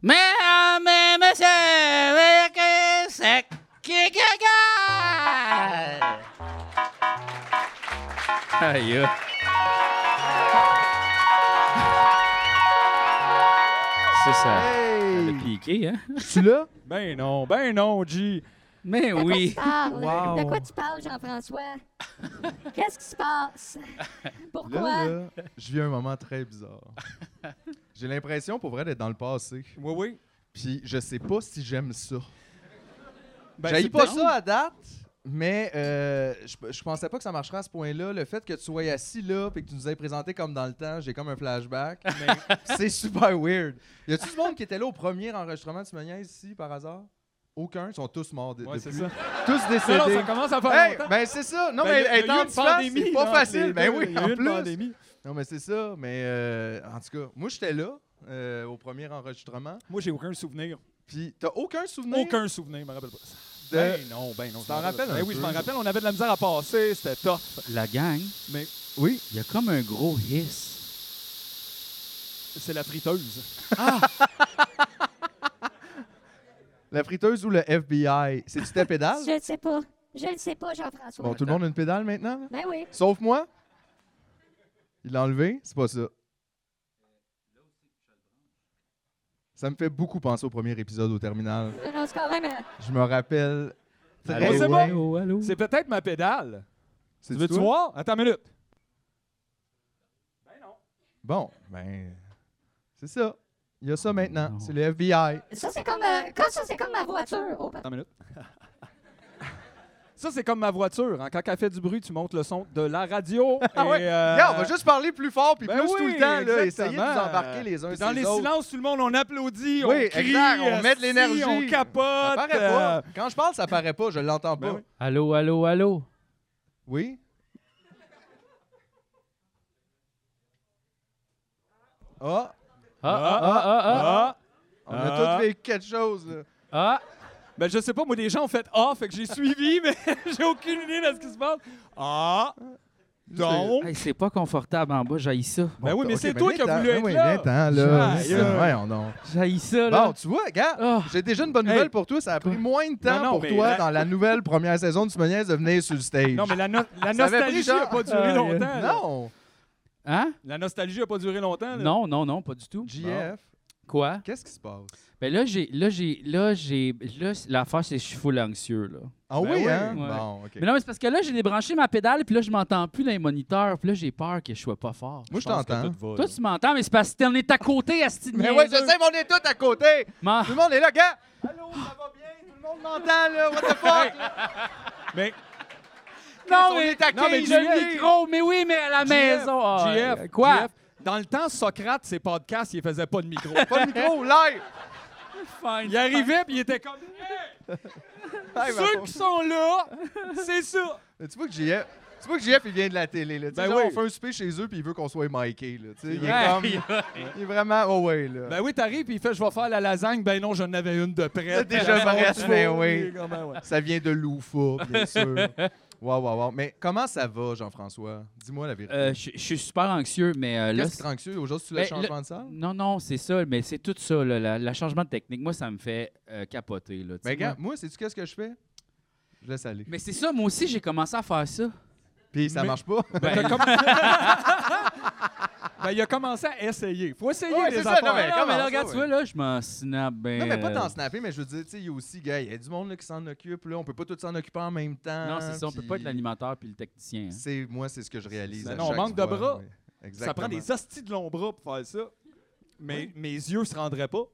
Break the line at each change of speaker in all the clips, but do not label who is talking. Mais, ah, mais, monsieur, mais, que c'est qui qui gagne? Aïe. C'est ça. Le
Hey!
piqué, hein?
Tu là?
Ben non, ben non, G.
Mais
De quoi tu
oui.
parles?
Wow.
De quoi tu parles, Jean-François? Qu'est-ce qui se passe? Pourquoi?
Là, là, je vis un moment très bizarre. J'ai l'impression, pour vrai, d'être dans le passé.
Oui, oui.
Puis je sais pas si j'aime ça.
Ben,
J'haïs
c'est
pas
bon.
ça à date, mais euh, je, je pensais pas que ça marcherait à ce point-là. Le fait que tu sois assis là et que tu nous aies présenté comme dans le temps, j'ai comme un flashback.
Mais-
C'est super weird. Y a-tu du monde qui était là au premier enregistrement de Simonia ici par hasard? Aucun, ils sont tous morts de-
Ouais, c'est
depuis.
ça.
Tous
Non, non,
décédés.
ça commence à faire
Hey,
longtemps.
ben c'est ça. Non
Ben,
mais
il y a- il y a
être
eu
en
une
distance,
pandémie,
c'est
là,
pas
entre les
facile. Ben
deux.
oui,
Il y a eu
en
une
plus.
pandémie.
Non mais c'est ça, mais euh, en tout cas, moi j'étais là euh, au premier enregistrement,
Moi, j'ai aucun souvenir.
puis t'as aucun souvenir
Aucun souvenir, je me rappelle pas.
de
Ben non, ben non.
Tu
je
t'en
m'en
rappelles
Ben
un
oui, je
peu.
m'en rappelle. On avait de la misère à passer, c'était tough.
ben, La gang,
Mais
Oui,
il y a comme un gros hiss.
c'est la friteuse.
la friteuse ou le FBI, c'est tu ta pédale
Je ne sais pas. Je ne sais pas, Jean-François.
Bon, tout le monde a une pédale maintenant là?
Ben oui.
Sauf moi Il l'a enlevé, c'est pas ça. Ça me fait beaucoup penser au premier épisode au terminal.
Non, non, c'est quand même... euh,
Je me rappelle
Allô,
très loin.
c'est bon.
Allô, Oh, allô.
C'est peut-être ma pédale.
C'est
Tu veux-tu
toi?
voir? Attends une minute.
Bon, ben c'est ça. Il y a ça maintenant,
Non.
c'est le FBI.
Ça, c'est comme, euh, comme ça, c'est comme ma voiture. Oh, pardon.
Attends une minute. Ça, c'est comme ma voiture. hein. Quand elle fait du bruit, tu montes le son de la radio.
Ah ouais.
et, euh,
Regarde, on va juste parler plus fort puis
ben
plus tout
oui,
le temps là,
exactement.
essayer de nous embarquer les uns
Puis
sur
Dans les
autres.
silences, tout le monde, on applaudit,
Oui,
on crie,
exact, on
euh,
met de
si,
l'énergie.
on capote.
Ça paraît
euh,
pas. Quand je parle, ça paraît pas, je l'entends
ben
pas.
oui.
Allô, allô, allô.
Oui. Ah,
Ah, ah, ah,
Ah.
on
Ah.
a tous fait quelque chose. là.
ah. ah.
Ben, je sais pas, moi, des gens ont fait Ah, fait que j'ai suivi, mais j'ai aucune idée de ce qui se passe. Ah, donc.
Hey, c'est pas confortable en bas, j'haïs ça.
Ben oui, mais
Ok,
c'est
ben
toi qui as
viens-t'en.
voulu être
oui,
là.
viens-t'en, là.
Aïe,
C'est-
aïe.
voyons donc.
J'haïs ça, là.
Bon, tu vois, regarde,
Ah.
j'ai déjà une bonne nouvelle
Hey.
pour toi. Ça a pris moins de temps
Non, non,
pour
mais
toi
la-
dans la nouvelle première saison de Simoniaise de venir sur le stage.
Non, mais la, no- la
Ça avait pris
nostalgie
cher.
n'a pas
Ah,
duré longtemps. là.
Non,
Hein?
La nostalgie n'a pas duré longtemps. là.
Non, non, non, pas du tout.
JF,
Quoi?
qu'est-ce qui se passe?
Ben là, j'ai, là, j'ai, là, j'ai, là, c- l'affaire, c'est que je suis full anxieux, là.
Ah
Ben
oui,
oui,
hein?
ouais.
Bon, OK.
Mais non, mais c'est parce que là, j'ai débranché ma pédale, puis là, je m'entends plus dans les moniteurs, puis là, j'ai peur que je sois pas fort.
Moi, je
pense que
t'entends.
tout va,
Toi,
là.
tu m'entends, mais c'est parce que t'en es à côté, à
Mais ouais, je sais, mais on est tous à côté.
Ma-
Tout le monde est là, gars. Allô, ça va bien? Tout le monde m'entend, là? What the fuck?
Mais
Non,
on
mais,
est à
Ah,
non, mais
quinze
j'ai le
minutes.
micro, mais oui, mais à la maison. Ah,
JF,
euh, quoi?
JF, dans le temps, Socrate, ses podcasts, il faisait pas de micro.
Pas de micro, live!
il arrivait puis il était comme Hey,
Live à
bah,
ceux
fond.
qui sont là, c'est ça.
Mais Tu vois que JF, tu vois que JF, il vient de la télé. Là. Tu sais,
Ben
genre,
oui.
On fait un souper chez eux puis il veut qu'on soit Mikey. Là. Tu sais, Il,
vrai.
est comme, il est vraiment. Oh, ouais, là.
Ben oui, t'arrives puis il fait je vais faire la lasagne. Ben non, j'en avais une de Ben, près.
C'était déjà prête, mais oui.
oui.
Ça vient de Loufa, bien sûr. Waouh, waouh, waouh. Mais comment ça va, Jean-François? Dis-moi la vérité.
Euh, je je suis super anxieux, mais euh, là...
Qu'est-ce qui te rend anxieux? Aujourd'hui, tu l'as
Ben,
changement
le-
de salle?
Non, non, c'est ça, mais c'est tout ça, là, la, la changement de technique. Moi, ça me fait euh, capoter, là. tu
Mais
sais,
gars,
moi.
Ben, moi, sais-tu qu'est-ce que je fais? Je laisse aller.
Mais c'est ça, moi aussi, j'ai commencé à faire ça.
Puis ça
Mais-
marche pas.
Ben,
Ben, il a commencé à essayer. Faut essayer
Ouais,
les
c'est ça, non,
affaires.
mais-
Ah, non, mais là,
Ben, comment
regarde,
ça,
tu vois, euh, là, je m'en snap bien.
Non, mais pas t'en snapper, mais je veux dire, tu sais, il y a aussi, gars, il y a du monde là, qui s'en occupe, là, on peut pas tous s'en occuper en même temps.
Non, c'est ça, on peut
puis
pas être l'animateur puis le technicien. hein.
C'est moi, c'est ce que je réalise.
Ben
à
non, on
chaque
manque de
fois,
bras.
oui.
Ça
Exactement.
prend des hosties de long bras pour faire ça. Mais mes yeux se rendraient pas.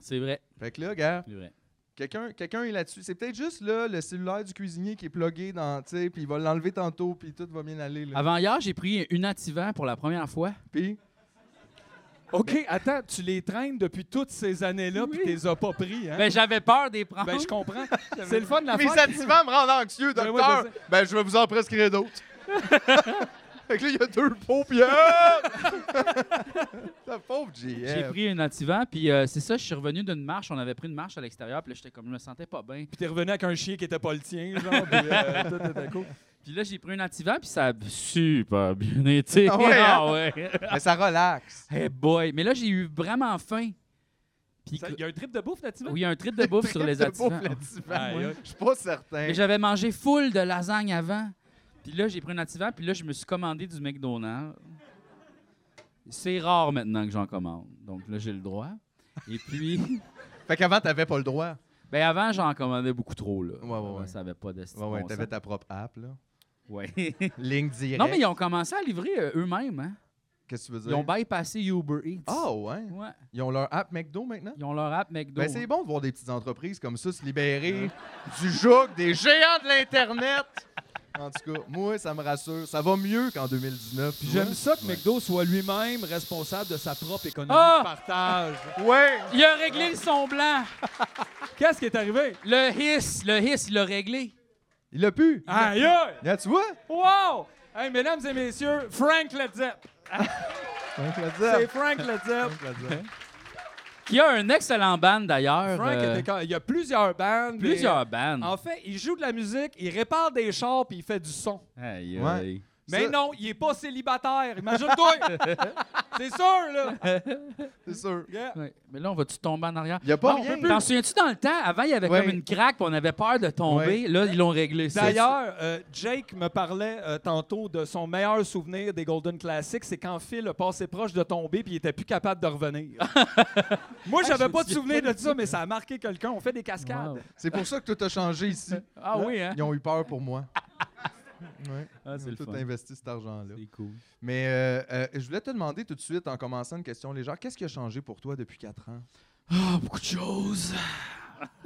C'est vrai,
Fait que là, gars,
c'est vrai.
quelqu'un, quelqu'un est là-dessus. C'est peut-être juste là le cellulaire du cuisinier qui est plugué dans, tu sais, puis il va l'enlever tantôt, puis tout va bien aller. Là.
Avant hier, j'ai pris une Ativan pour la première fois.
Puis
OK, attends, tu les traînes depuis toutes ces années-là puis tu les as pas pris. Hein?
Ben, j'avais peur des prendre.
Ben, je comprends. C'est le fun de la
mes
fête.
activants me rendent anxieux,
Ben, ouais,
docteur.
je
Ben, je vais vous en prescrire d'autres. fait que là, il y a deux pauvres, puis Ah! La pauvre
J'ai
JF.
pris une Ativan, puis euh, c'est ça, je suis revenu d'une marche. On avait pris une marche à l'extérieur, puis là, j'étais comme, je me sentais pas bien.
Puis t'es revenu avec un chien qui était pas le tien, genre, puis euh, tout était cool.
Puis là, j'ai pris une Ativan, puis ça a super bien été.
Ah ouais, hein?
ouais.
Mais ça relaxe.
Hey boy! Mais là, j'ai eu vraiment faim.
Puis
Ça-
que-
Il y a un trip de bouffe, nativement?
oui, un trip de bouffe sur les
Trip de bouffe
attifants.
là-dessus.
Aïe, aïe.
Je suis pas certain.
Mais j'avais mangé full de lasagne avant. Puis là, j'ai pris un attivant, puis là, je me suis commandé du McDonald's. C'est rare maintenant que j'en commande. Donc là, j'ai le droit. Et puis,
Fait qu'avant, t'avais pas le droit.
ben avant, j'en commandais beaucoup trop. Là.
Ouais, ouais, ouais.
Ça avait pas d'estime.
Ouais, ouais, t'avais ta propre app, là. Ligne directe.
non, mais ils ont commencé à livrer euh, eux-mêmes. hein.
Qu'est-ce que tu veux
Ils
dire?
ont bypassé Uber Eats.
Ah, ouais.
Ouais.
Ils ont leur app McDo maintenant?
Ils ont leur app McDo.
Ben, c'est bon de voir des petites entreprises comme ça se libérer du joug des géants de l'Internet. en tout cas, moi, ça me rassure. Ça va mieux qu'en 2019.
Puis
tu
j'aime
vois.
ça que McDo soit lui-même responsable de sa propre économie
Ah!
de partage.
Ouais!
Il a réglé le son blanc.
Qu'est-ce qui est arrivé?
Le hiss, le hiss, il l'a réglé.
Il l'a pu!
Ah.
Aïe! aïe!
Là, tu vois?
Wow! Hey, mesdames et messieurs, Frank Ledzep. C'est Frank Ledzep.
Qui a un excellent band d'ailleurs.
Frank,
euh,
était quand- il y a plusieurs bandes. mais-
plusieurs bands.
Ah.
En fait, il joue de la musique, il répare des chars puis il fait du son.
Aïe,
Ouais.
aïe.
Mais
Ça-
non, il est pas célibataire. Imagine-toi! C'est sûr, là!
C'est sûr.
Yeah.
Ouais. Mais là, on va-tu tomber en arrière?
Il n'y a pas
Non,
rien.
T'en souviens-tu dans le temps? Avant, il y avait
Ouais.
comme une craque, puis on avait peur de tomber. Là, ils l'ont réglé. ça.
D'ailleurs, euh, Jake me parlait euh, tantôt de son meilleur souvenir des Golden Classics, c'est quand Phil a passé proche de tomber puis il était plus capable de revenir.
Ah,
Moi, j'avais pas de souvenir de ça, mais ça a marqué quelqu'un. On fait des cascades.
Wow.
C'est pour ça que tout a changé ici.
Ah oui, hein?
Ils ont eu peur pour moi. Ouais.
Ah,
Ils
c'est
ont
le
tout
fun.
investi cet argent-là.
C'est cool.
Mais euh, euh, je voulais te demander tout de suite, en commençant une question légère, qu'est-ce qui a changé pour toi depuis 4 ans?
Ah, beaucoup de choses.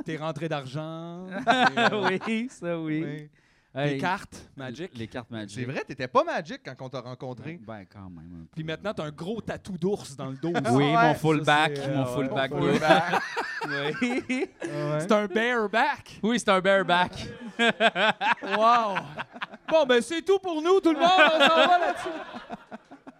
Tes rentrées d'argent,
Ah oui, ça, oui.
Ouais.
tes
Hey,
cartes Magic.
Les cartes Magic.
C'est vrai, t'étais pas Magic quand on t'a rencontré.
Ben, quand même. un peu.
Puis maintenant, t'as un gros tatou d'ours dans le dos.
Oui,
ouais,
mon
ça,
fullback.
c'est, euh,
mon
ouais,
fullback.
Pour le bac.
oui.
Ouais.
C'est un bareback.
oui, c'est un bareback.
Wow! Bon, ben c'est tout pour nous, tout le monde. On s'en va là-dessus.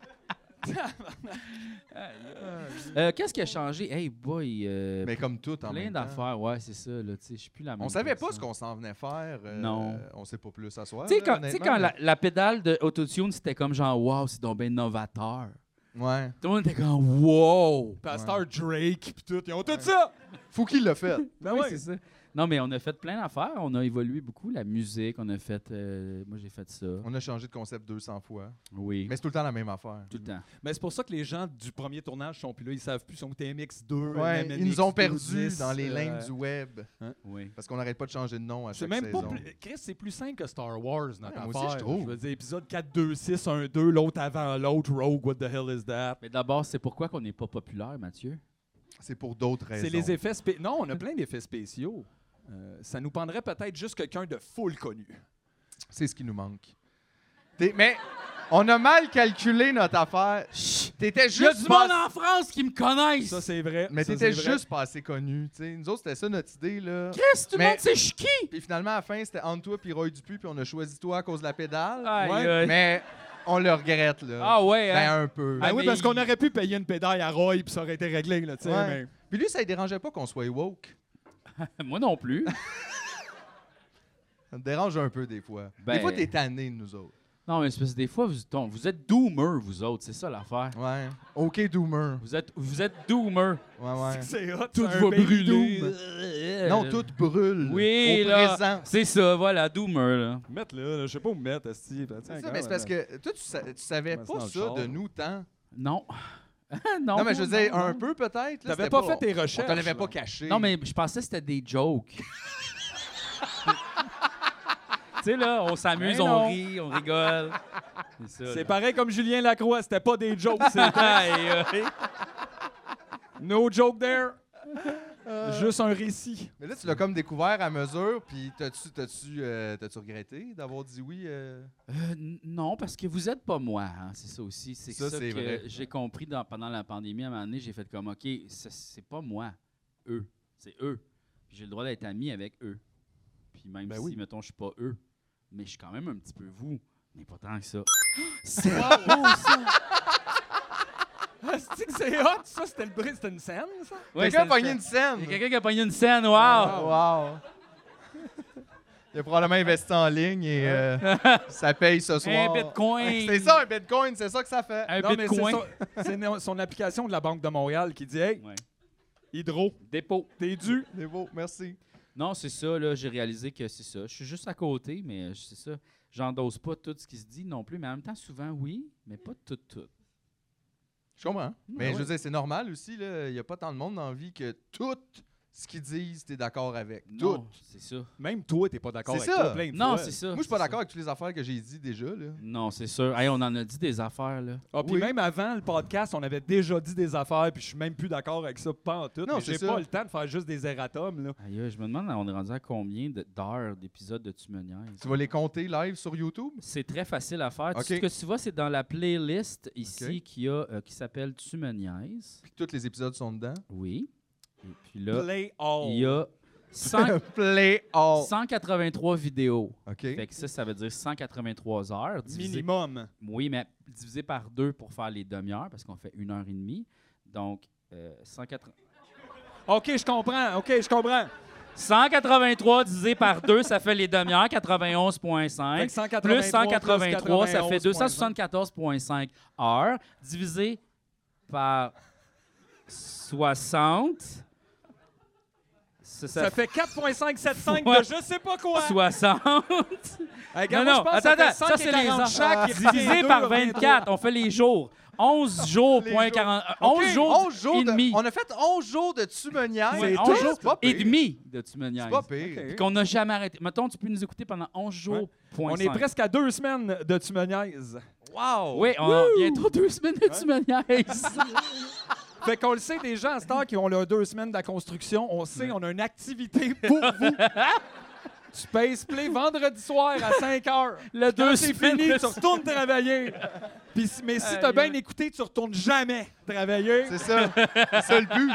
Euh, Qu'est-ce qui a changé? Hey, boy. euh,
Mais comme tout en
plein
même temps.
d'affaires. Ouais, c'est ça. là, tu sais, Je suis plus la même
On savait pas ce
personne.
qu'on s'en venait faire. euh,
Non.
On sait pas plus à soir.
Tu sais,
là,
quand, tu sais,
honnêtement,
quand la, la pédale de Autotune, c'était comme genre, wow, c'est donc bien novateur.
mais- Ouais.
Tout le monde était comme, wow.
Pasteur Drake, puis tout. Ils ont tout ça.
Faut qu'il l'a fait.
Ben
Oui,
oui.
c'est ça. Non, mais on a fait plein d'affaires. On a évolué beaucoup. La musique, on a fait. euh, moi, j'ai fait ça.
On a changé de concept 200 fois.
Oui.
Mais c'est tout le temps la même affaire.
Tout le temps.
Mais c'est pour ça que les gens du premier tournage sont plus là. Ils savent plus. Ils sont TMX2.
Ouais,
MNX,
ils nous ont perdus
210,
dans les
euh,
lignes du web.
Oui.
Parce qu'on n'arrête pas de changer de nom à
C'est
chaque
même pas
saison.
plus- Chris, c'est plus simple que Star Wars, notre
Ouais, moi
affaire.
aussi, je trouve.
veux dire, épisode 4, 2, 6, 1, 2, l'autre avant l'autre, Rogue, what the hell is that?
Mais d'abord, c'est pourquoi qu'on n'est pas populaire, Mathieu.
C'est pour d'autres raisons.
C'est les effets spéciaux. Non, on a plein d'effets spéciaux. Euh, ça nous prendrait peut-être juste quelqu'un de full connu.
C'est ce qui nous manque. T'es- Mais on a mal calculé notre affaire. T'étais
Il y a
juste
du
pas-
monde en France qui me connaissent.
Ça, c'est vrai.
Mais
Ça,
t'étais
c'est vrai.
juste pas assez connu. t'sais. Nous autres, c'était ça notre idée. là.
Chris, tout le
Mais-
monde sait je suis qui.
Puis finalement, à la fin, c'était entre toi puis Roy Dupuis, puis on a choisi toi à cause de la pédale.
Aïe,
Ouais,
aïe.
Mais on le regrette, là.
Ah ouais, hein?
Ben, un peu.
Ben
Ah,
oui,
mais
parce
il-
qu'on aurait pu payer une pédale à Roy puis ça aurait été réglé, là, tu sais.
Ouais.
mais-
Puis lui, ça ne dérangeait pas qu'on soit woke. Ben,
Moi non plus.
Ça me dérange un peu des fois.
Ben-
Des fois, t'es tanné de nous autres.
non, mais c'est parce que des fois, vous, donc, vous êtes doomer, vous autres. C'est ça l'affaire.
Ouais. OK, Doomer.
Vous êtes, vous êtes doomer.
Ouais, ouais.
C'est hot,
Tout
c'est un
va
baby
brûler.
doom.
Non, tout brûle.
euh, Oui,
au
là.
présent.
C'est ça, voilà, doomer, là.
Mettre là, là, je sais pas où me mettre, Ben, Asti.
C'est ça, mais c'est parce que toi, tu, sa- tu savais
Ben,
pas
c'est
ça
hein. dans le
de
char.
nous tant.
Non. non.
Non, mais je veux
non,
dire,
non,
un
non.
peu peut-être. là,
T'avais
c'était
pas fait tes recherches.
On t'en avait
là.
pas caché.
Non, mais je pensais que c'était des jokes. tu sais, là, on
Mais
s'amuse,
Ben
non.
on rit, on rigole. C'est ça.
C'est
là.
pareil comme Julien Lacroix, c'était pas des jokes. c'est-
Aïe, aïe.
no joke there.
Euh.
Juste un récit.
Mais là, tu l'as comme découvert à mesure, puis t'as-tu t'as-tu, euh, t'as-tu regretté d'avoir dit oui? euh?
Euh, n- non, parce que vous êtes pas moi, hein, c'est ça aussi. C'est ça,
Ça, c'est
que
vrai.
j'ai compris dans- pendant la pandémie. À un moment donné, j'ai fait comme, OK, c'est- c'est pas moi, eux. C'est eux. Puis J'ai le droit d'être ami avec eux. Puis même
Ben
si,
oui.
mettons, je suis pas eux, mais je suis quand même un petit peu vous. Mais pas tant que ça. C'est beau, ça!
Asti Ah, que c'est hot, ça, c'était le bris, c'était une scène, ça?
Ouais,
Quelqu'un a
c'est-
pogné une scène!
Il y a quelqu'un qui a pogné une scène,
Ah,
wow!
wow! Il a probablement investi en ligne et euh, ça paye ce soir.
Un bitcoin!
C'est ça, un bitcoin, c'est ça que ça fait.
Un
Non, mais c'est
bitcoin!
son- c'est son, son application de la Banque de Montréal qui dit Hey,
Ouais.
Hydro,
Dépôt.
t'es dû.
C'est beau, merci.
Non, c'est ça, là, j'ai réalisé que c'est ça. Je suis juste à côté, mais euh, c'est ça. J'endosse pas tout ce qui se dit non plus, mais en même temps, souvent, oui, mais pas tout, tout.
Je comprends.
Mm,
mais je
ouais.
veux dire, c'est normal aussi. là. Il n'y a pas tant de monde dans la vie que tout ce qu'ils disent, t'es d'accord avec. Tout.
Non, c'est ça.
Même toi, t'es pas d'accord
C'est
avec
ça.
toi plein de
Non,
fois.
c'est ça.
Moi, je suis
c'est
pas
ça.
d'accord avec toutes les affaires que j'ai dit déjà. Là.
Non, c'est sûr. Hey, on en a dit des affaires, là.
Ah, puis
Oui.
même avant le podcast, on avait déjà dit des affaires, puis je suis même plus d'accord avec ça, pas en tout.
Non,
mais
c'est
j'ai
ça.
pas le temps de faire juste des erratums, là.
Aïe, aïe, je me demande, on est rendu à combien de- d'heures d'épisodes de Tu me niaises?
Tu vas les compter live sur YouTube?
C'est très facile à faire. Tu-
Ok.
Ce que tu vois, c'est dans la playlist ici
Ok.
qui, a, euh, qui s'appelle Tu me niaises.
Puis tous les épisodes sont dedans.
Oui. Et puis là,
Play all.
il y a 100
Play all.
183 vidéos.
OK.
Fait que ça, ça veut dire 183 heures. divisé-
Minimum.
Oui, mais divisé par deux pour faire les demi-heures, parce qu'on fait une heure et demie. Donc, euh, 180
OK, je comprends. OK, je comprends.
183 divisé par deux, ça fait les demi-heures,
Fait
91,5.
que 183,
Hein? Plus 183, ça fait
260.
274,5 heures, divisé par 60. Ça,
Ça
ça fait
fait 4,575
Ouais.
de je sais pas quoi.
60.
Hey, regarde, moi,
Non,
je pense
non,
que
attends,
ça,
attends,
fait
ça, c'est
5,40
les ans.
chaque, qui
Divisé
revient
par
deux, revient
24, on fait les jours. 11 jours,
Les
point
jours.
40, euh,
OK,
11 jours,
11 jours
et
de-
demi.
On a fait 11 jours de Tumonière.
Ouais, 11 jours et demi de Tumoniaise.
C'est pas pire.
Ok.
Qu'on n'a jamais arrêté. Mettons, tu peux nous écouter pendant 11 jours,
Ouais.
point
On est
cinq.
presque à deux semaines de Tu me niaises.
Wow!
Oui, on a bientôt deux semaines de Tumoniaise.
Fait qu'on le sait, des gens à cette heure qui ont leurs deux semaines de la construction, on sait, on a une activité pour vous. Space Play, vendredi soir à 5 h.
Le deux
c'est
semaines
fini,
de-
tu retournes travailler. Puis si- mais si t'as
Aïe,
bien
aïe.
écouté, tu retournes jamais travailler.
C'est ça. C'est ça le but.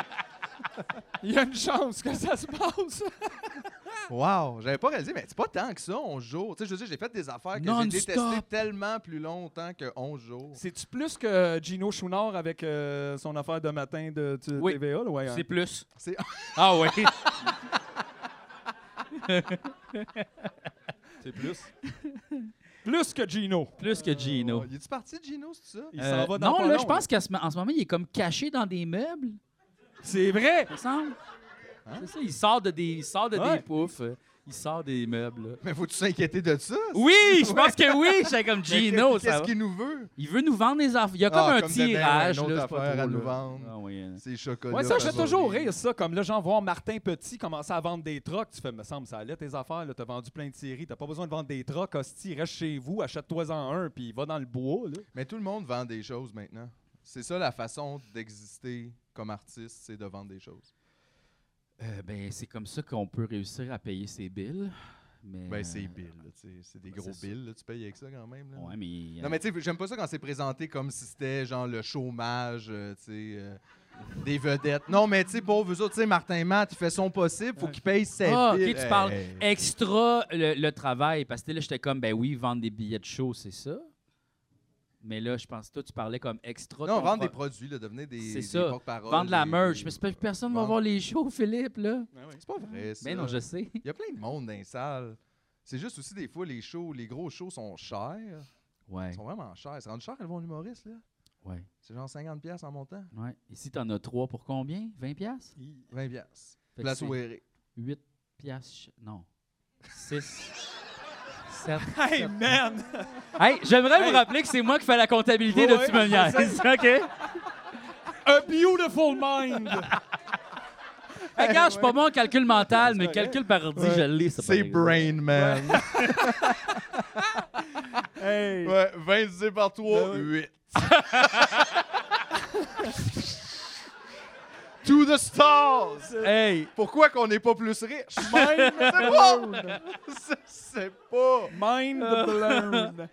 Il y a une chance que ça se passe.
Wow! J'avais pas réalisé, mais c'est pas tant que ça, 11 jours. Tu sais, je veux dire, j'ai fait des affaires que j'ai
Non-stop.
détestées tellement plus longtemps que 11 jours.
C'est-tu plus que Gino Chouinard avec euh, son affaire de matin de, tu-
Oui.
TVA? là? Ouais, hein?
C'est plus.
C'est-
Ah oui.
C'est plus. plus que Gino.
plus que Gino.
Oh, Il est-tu parti, Gino, c'est ça?
Il
Euh,
s'en va dans
non,
pas
là,
long, hein.
je pense qu'en ce, en ce moment, il est comme caché dans des meubles,
C'est vrai.
il me semble. C'est ça, il sort de des, il sort de
Ouais.
des poufs. euh, Il sort des meubles. là.
Mais faut-tu s'inquiéter de ça?
Oui, je pense que oui. J'étais comme
Mais
Gino,
qu'est-
ça
Qu'est-ce
va.
qu'il nous veut?
Il veut nous vendre des affaires. Il y a
Ah,
comme un
comme de même,
tirage.
une autre
là, c'est pas
affaire à
trop,
nous
là.
vendre.
Ah oui, euh,
C'est chocolat.
Ouais, ça, je
fais
fais toujours rire, ça. Comme là, genre, voir Martin Petit commencer à vendre des trocs. Tu fais, me semble, ça allait tes affaires. Là, t'as vendu plein de séries. T'as pas besoin de vendre des trocs. Hostie, reste chez vous, achète-toi-en un, puis va dans le bois. Là.
Mais tout le monde vend des choses maintenant. C'est ça la façon d'exister comme artiste, c'est de vendre des choses.
euh, ben, c'est comme ça qu'on peut réussir à payer ses bills. Mais,
Ben, c'est
euh,
bill, là, tu sais, c'est des
ben,
gros
c'est ça.
bills, là, tu payes avec ça quand même. là.
euh, Ouais, mais.
Non, mais tu sais, j'aime pas ça quand c'est présenté comme si c'était genre le chômage, euh, tu sais, euh, des vedettes. Non, mais tu sais, pauvre eux autres, tu sais, Martin Matt, il fait son possible, faut qu'il paye ses
Ah, ok,
bills.
tu parles
Hey.
extra le, le travail. Parce que là, j'étais comme, ben oui, vendre des billets de show, c'est ça. Mais là, je pense, toi, tu parlais comme extra.
Non,
ton
vendre
pro-
des produits, là, devenir des,
C'est
des
ça.
porte-paroles.
Vendre de la
des-
merch.
des-
Mais c'est parce que personne ne va
Vendre.
voir les shows, Philippe, là.
Ah
C'est pas vrai, ça.
Mais Ben non, je sais.
Il y a plein de monde dans les salles. C'est juste aussi, des fois, les shows, les gros shows sont chers.
Ouais,
Ils sont vraiment chers. Ça rend cher, elles vont l'humoriste, là.
ouais,
C'est genre 50$ piastres en montant.
ouais. Ici, t'en as trois pour combien? 20 piastres?
20$. piastres.
Fait que
la
c'est
soirée.
8 piastres. ch- Non. 6. 7.
Hey, man!
Hey, j'aimerais
Hey.
vous rappeler que c'est moi qui fais la comptabilité de
Ouais,
Tu me niaises, OK?
A beautiful mind!
Hey, regarde, je suis pas bon en calcul mental, mais calcul par ordi, je l'ai, ça, par
C'est
exemple.
Brain Man.
hey!
Ouais, 20 divisé par 3,
Ben
8. to the stars!
Hey,
Pourquoi qu'on n'est pas plus riche?
Mind blown!
Je sais pas.
Mind blown!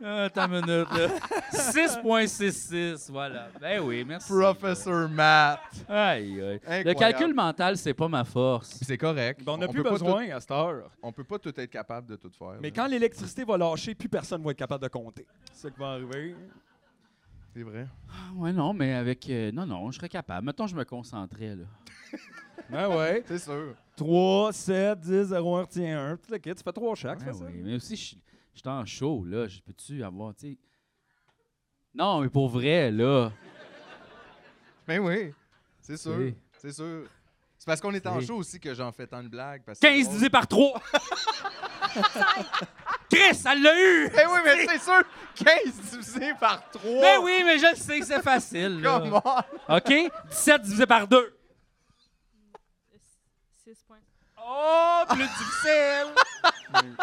Ah, Attends une minute, là. 6.66, voilà. Ben oui, merci.
Professor Matt.
Aïe, aïe. Le
Incroyable.
calcul mental, c'est pas ma force.
C'est correct.
Ben, on n'a plus
peut pas
besoin à cette heure.
tout- on peut pas tout être capable de tout faire.
Mais
là.
quand l'électricité va lâcher, plus personne va être capable de compter. C'est ce qui va arriver.
C'est vrai.
Ah, Ouais, non, mais avec. euh, non, non, je serais capable. Mettons, je me concentrais, là.
Ben ouais.
C'est sûr.
3, 7, 10, 0, 1, retiens 1. Tout le kit, tu fais 3 chaque.
Ben
c'est ça?
oui, mais aussi, je suis- je suis en show, là. Je peux-tu avoir, tu sais. Non, mais pour vrai, là.
Ben oui. C'est sûr.
tu sais.
C'est sûr. C'est parce qu'on est en
C'est-
show aussi que j'en fais tant de blagues. Parce que c'est
15
drôle.
divisé par 3. Chris, elle l'a eu!
Ben oui, mais c'est sûr, 15 divisé par 3.
Ben oui, mais je le sais, c'est facile. là.
Come on!
OK? 17 divisé par 2.
6 points.
Oh, plus difficile!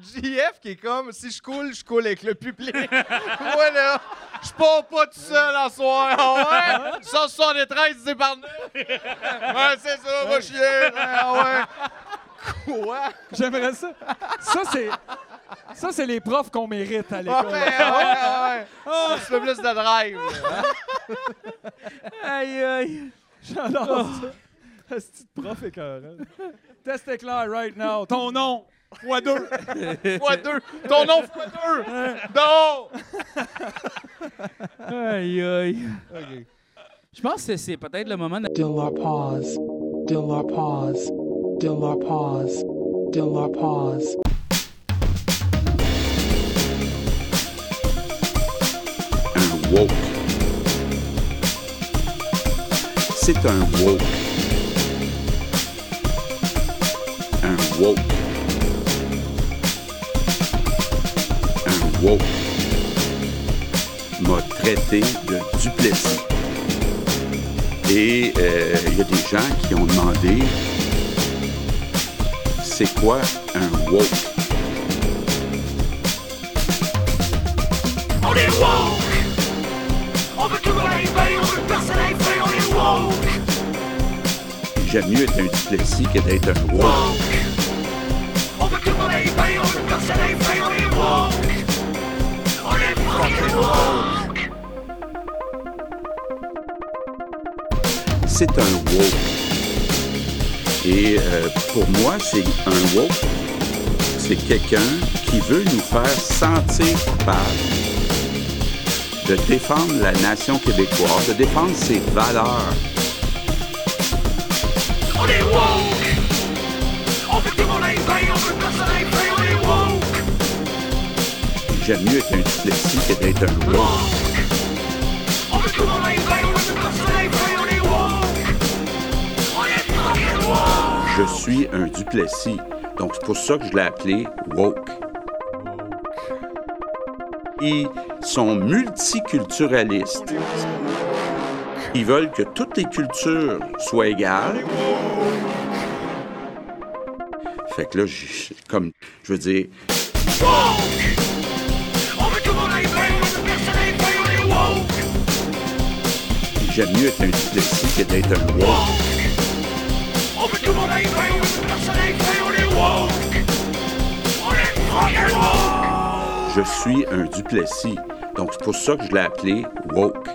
JF qui est comme si je coule, je coule avec le public. Moi là, je pars pas tout seul en soir. Ah ouais? 173 c'est par 9. Ouais, c'est ça, va chier. Ouais, Ah ouais. Quoi?
J'aimerais ça. Ça, c'est. Ça, c'est les profs qu'on mérite à
Ouais, Ah ouais,
l'école.
ouais. Un petit peu plus de drive. là.
aïe, aïe.
J'adore ça. C'est de prof écœurant. Test éclair right now. Ton nom, fois deux.
Fois deux. Ton nom fois deux. Non!
Aïe, aïe. Je pense que c'est peut-être le moment de...
Dillar pause. Dillar pause. Dillar pause. Dillar pause.
woke. C'est un woke. Un woke. Un woke. M'a traité de duplessis. Et euh, il y a des gens qui ont demandé c'est quoi un woke?
On est woke On veut que le monde aille bien, on veut que personne aille bien, on est woke
J'aime mieux être un duplessis que d'être un woke.
Woke On veut que le monde aille bien, on veut que personne aille bien, on est woke On est fucking woke
c'est un woke. Et euh, pour moi, c'est un woke. C'est quelqu'un qui veut nous faire sentir coupables de défendre la nation québécoise, de défendre ses valeurs.
On est woke On veut que le monde aille bien, on veut que personne aille bien, on est woke
J'aime mieux être un dyslexie que d'être un woke.
On veut que le monde aille bien, on veut que personne aille bien, on est woke On est fucking woke
Je suis un duplessis. Donc, c'est pour ça que je l'ai appelé woke. Ils sont multiculturalistes. Ils veulent que toutes les cultures soient égales. Fait que là, je- comme, je veux dire,
woke. On veut que le monde aille bien, on veut que personne aille bien, on est woke.
j'aime mieux être un dyslexie que d'être un woke.
On veut que le monde aille bien, on veut que personne aille bien, on est woke. On est fucking woke.
Je suis un duplessis. Donc, c'est pour ça que je l'ai appelé woke.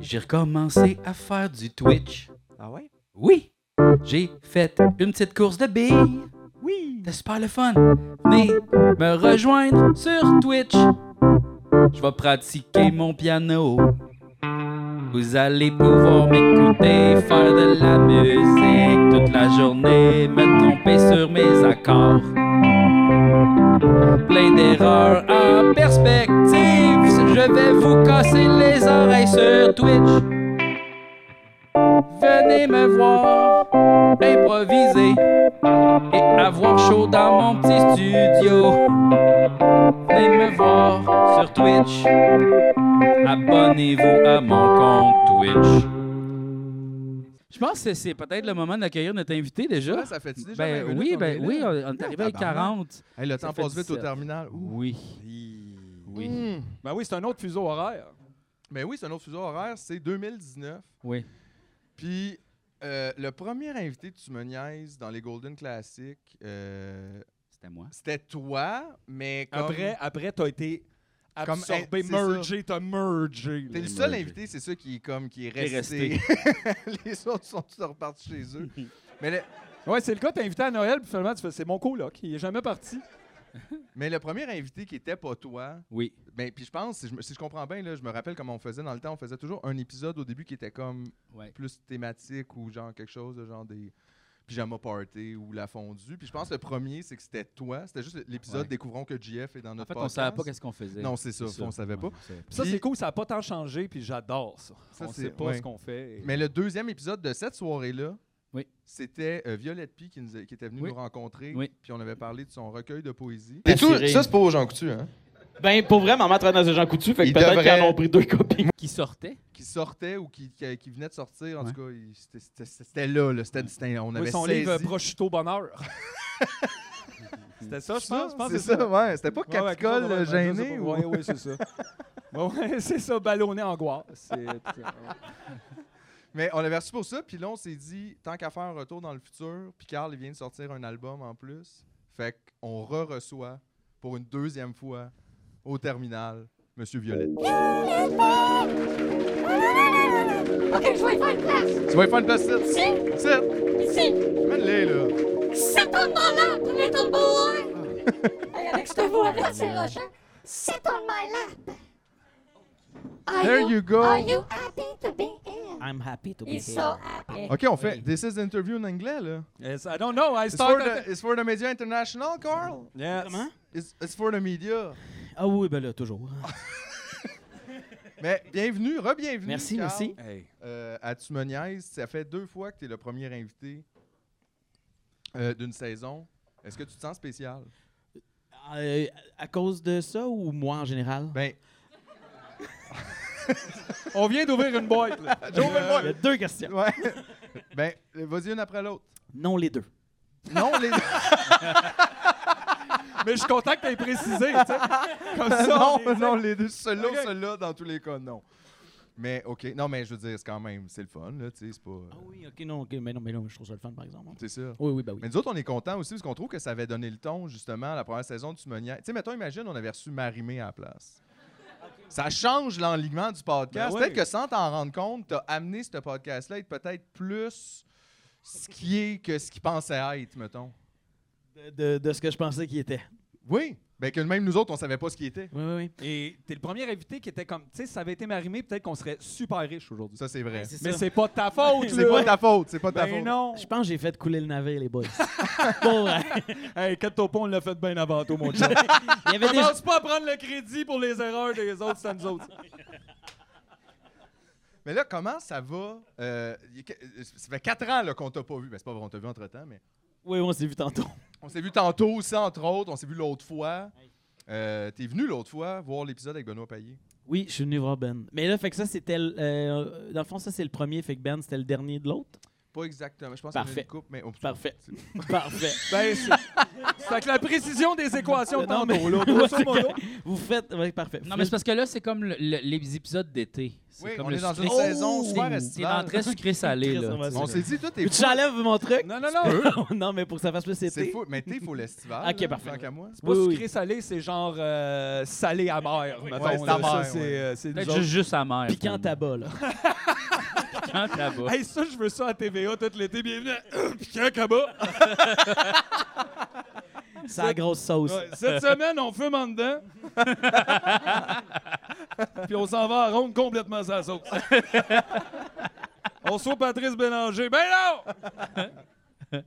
J'ai recommencé à faire du Twitch.
Ah ouais?
Oui, j'ai fait une petite course de billes.
Oui!
C'était super le fun. Venez me rejoindre sur Twitch. Je vais pratiquer mon piano. Vous allez pouvoir m'écouter faire de la musique toute la journée, me tromper sur mes accords. Plein d'erreurs en perspective. Je vais vous casser les oreilles sur Twitch. Venez me voir improviser et avoir chaud dans mon petit studio. Venez me voir sur Twitch. Abonnez-vous à mon compte Twitch. Je pense que c'est peut-être le moment d'accueillir notre invité déjà.
ça fait-tu déjà
ben
20 minutes
oui,
qu'on
ben
est
oui, on
là?
on est arrivé à
tabarnak.
40.
Hey, le
ça
temps
fait
passe vite au
17.
terminal. Ouh.
Oui. Oui.
Mm.
Ben oui, c'est un autre fuseau horaire.
Mais Ben oui, c'est un autre fuseau horaire, c'est 2019.
Oui.
Puis euh, le premier invité que tu me niaises dans les Golden Classics, euh,
C'était moi.
c'était toi, mais comme
Après, après t'as été
Comme,
absorbé,
hey, c'est
mergé, t'as mergé.
T'es
là.
le seul
Emergé.
invité, c'est ça qui est comme qui est
Qui est
resté. Les autres sont tous repartis chez eux. mais, le,
Ouais, c'est le cas, t'as invité à Noël, puis finalement, tu fais, c'est mon coloc, il est jamais parti.
mais le premier invité qui était pas toi,
Oui.
ben puis je pense si je, me- si je comprends bien là, je me rappelle comment on faisait dans le temps, on faisait toujours un épisode au début qui était comme
Ouais.
plus thématique ou genre quelque chose de genre des Pyjama Party ou La Fondue. Puis je pense que le premier, c'est que c'était toi. C'était juste l'épisode
Ouais.
Découvrons que JF est dans
En
notre
fait, on savait pas qu'est-ce qu'on faisait.
Non, c'est ça,
C'est ça.
on savait pas.
Ouais, c'est-
Ça,
Puis-
c'est cool, ça n'a pas tant changé, puis j'adore ça.
Ça,
on
c'est-
sait pas
ouais.
ce qu'on fait. et-
Mais le deuxième épisode de cette soirée-là,
Oui.
c'était euh, Violette Pie qui, nous a- qui était venue
Oui.
nous rencontrer.
Oui.
Puis on avait parlé de son recueil de poésie.
Et tout, ça, c'est
pas aux gens coutus, hein?
Ben, pour vrai, maman travaille dans un Jean Coutu, fait que
Il
peut-être
devrait-
qu'ils en ont pris deux copies.
Qui sortait
Qui sortait ou qui, qui, qui venait de sortir. En
Ouais.
tout cas, il- c'était- c'était c'était là, là, c'était- c'était- on
Oui,
avait
son
saisi.
livre euh, Prosciutto Bonheur. C'était ça, je pense. je pense que
C'est ça, ouais. C'était pas
Ouais, ouais,
Capicole
quelque
euh,
chose de même, je sais
gêné
pas.
ou...
Ouais, ouais, c'est ça. Ouais, ouais, c'est ça, ballonné angoisse. C'est-
Mais on l'avait reçu pour ça, puis là, on s'est dit, tant qu'à faire un retour dans le futur, puis Carl, il vient de sortir un album en plus. Fait qu'on re-reçoit pour une deuxième fois au terminal Monsieur Violette. Ah!
Ok, je vais y faire une place.
Tu vas y faire une place ici?
Ici,
Ici?
ici.
Amène-les, là.
C'est ton malade, premier ton bourrin. Hey, avec cette voix-là, c'est rochant. C'est ton malade. Are
There you go.
Are you happy to be here?
I'm happy to
He's so happy.
OK, on fait This is the interview en anglais, là.
Yes, I don't know, I
It's for,
started...
the, it's for the media international, Carl.
Yes.
Comment?
It's, it's for the media.
Ah oui, ben là, toujours.
Mais bienvenue, re-bienvenue.
Merci,
Carl.
merci.
Hey.
Euh, à Tu me niaises, ça fait deux fois que tu es le premier invité euh, d'une saison. Est-ce que tu te sens spécial?
Euh, à cause de ça ou moi en général?
Ben,
On vient d'ouvrir une boîte, là.
Il y a deux questions.
ouais. ben, euh, vas-y une après l'autre.
Non, les deux.
Non, les...
Mais je suis content que tu aies précisé, tu sais. Comme ça,
non,
on est-
non, les deux, celui-là
Ok.
ou celui-là, dans tous les cas, non. Mais, OK. Non, mais je veux dire, c'est quand même, c'est le fun, là, tu sais, c'est pas...
Ah oui, ok, non, ok, mais non, mais non, je trouve ça le fun, par exemple.
C'est ça.
Oui, oui, ben oui.
Mais nous autres, on est contents aussi parce qu'on trouve que ça avait donné le ton, justement, à la première saison du Tumoniac. Tu sais, mettons, imagine, on avait reçu Marimé à la place. Ça change l'enlignement du podcast.
Ben oui.
Peut-être que sans t'en rendre compte, t'as amené ce podcast-là à être peut-être plus ce qui est que ce qu'il pensait être, mettons.
De, de- de ce que je pensais qu'il était.
Oui. Ben que même nous autres, on savait pas ce qu'il était.
Oui, oui, oui.
Et t'es le premier invité qui était comme... Tu sais, si ça avait été marimé, peut-être qu'on serait super riche aujourd'hui.
Ça, c'est vrai.
Mais Ben, c'est pas de ta faute,
C'est pas de
là.
ta faute, c'est pas de ta
Ben
faute.
non.
Je pense que j'ai fait couler le navire, les boys. Pour vrai.
Hey, Cato Pont, on l'a fait bien avant toi, mon chum.
Il y avait des.
Commence pas à prendre le crédit pour les erreurs des autres, c'est à nous autres.
Mais là, comment ça va? Euh, y a que- ça fait quatre ans là, qu'on t'a pas vu. Ben, c'est pas vrai, on t'a vu entre-temps, mais...
Oui, on s'est vu tantôt.
On s'est vu tantôt aussi, entre autres. On s'est vu l'autre fois. Euh, T'es venu l'autre fois voir l'épisode avec Benoît Payet.
Oui, je suis venu voir Ben. Mais là, fait que ça, c'était. le- euh, dans le fond, ça, c'est le premier, fait que Ben, c'était le dernier de l'autre.
Pas exactement. Je pense qu'il y en a
Parfait.
une coupe, mais. oh,
Parfait. Parfait.
Ben, c'est c'est avec la précision des équations de
Non, mais-
tantôt, là. Grosso
Ouais,
modo.
Vous faites. Oui, parfait.
Non, mais c'est parce que là, c'est comme le- le- les épisodes d'été. C'est
Oui,
comme
on
le
est dans
sucré-
une saison
C'est-
super
C'est
estivale.
l'entrée sucrée-salée,
Chris, on va
là.
se-
On s'est dit, toi, t'es
Veux-tu que j'enlève mon truc?
Non, non, non.
non, mais pour que ça fasse plus
C'est
été.
fou, mais t'es faut l'estival.
Ok,
là,
parfait.
tant qu'à moi.
C'est pas
Oui, oui.
sucré-salé, c'est genre euh, salé amer, mettons.
Ouais, c'est
là.
amer,
Ça,
ouais.
c'est, euh, c'est nous
Peut-être
autres.
juste, juste amère.
Piquant tabac, là.
Piquant tabac.
Hey, ça, je veux ça à TVA tout l'été. Bienvenue à Piquant Cabas.
C'est la grosse sauce.
Ouais, cette semaine, on fume en dedans. Puis on s'en va à ronde complètement sa sauce. on soit Patrice Bélanger. Ben non!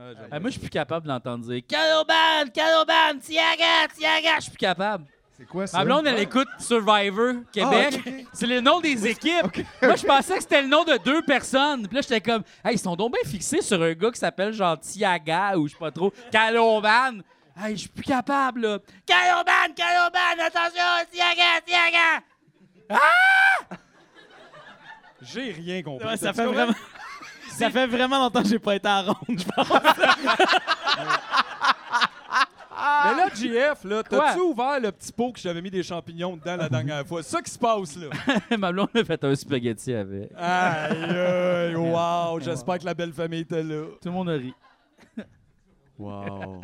Ah, moi, je suis plus capable d'entendre dire Canoban, Canoban, Tiaga, Tiaga. Je suis plus capable.
C'est quoi ça?
Ma blonde, elle écoute Survivor Québec. Ah, C'est le nom des équipes. Moi, je pensais que c'était le nom de deux personnes. Puis là, j'étais comme, hey, ils sont donc bien fixés sur un gars qui s'appelle genre Tiaga ou je sais pas trop, Caloban. Hey, je suis plus capable, là. Caloban, Caloban, attention, Tiaga, Tiaga.
J'ai rien compris.
Ouais, ça fait vraiment. Ça fait vraiment longtemps que j'ai pas été à la ronde, je pense.
Mais là, JF, là,
Quoi?
t'as-tu ouvert le petit pot que j'avais mis des champignons dedans la dernière fois? C'est ça qui se passe, là.
Ma blonde a fait un spaghetti avec.
Aïe, aïe, wow, j'espère que la belle famille était là.
Tout le monde a ri. Wow.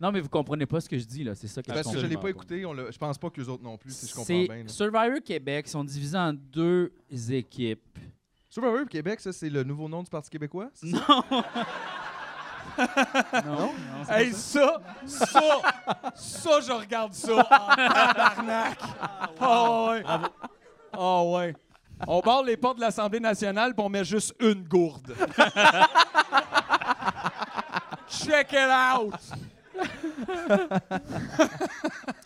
Non, mais vous comprenez pas ce que je dis, là. C'est ça que
Parce que je
comprends
l'ai pas
pas.
écouté. on l'a- Je pense pas que les autres non plus, si je comprends
C'est
bien. là.
Survivor Québec sont divisés en deux équipes.
Survivor Québec, ça, c'est le nouveau nom du Parti québécois? c'est ça?
Non?
Hey, ça, ça, ça, je regarde ça. Ah, tabarnak. Ah ouais. Ah ouais. On barre les portes de l'Assemblée nationale puis on met juste une gourde. Check it out!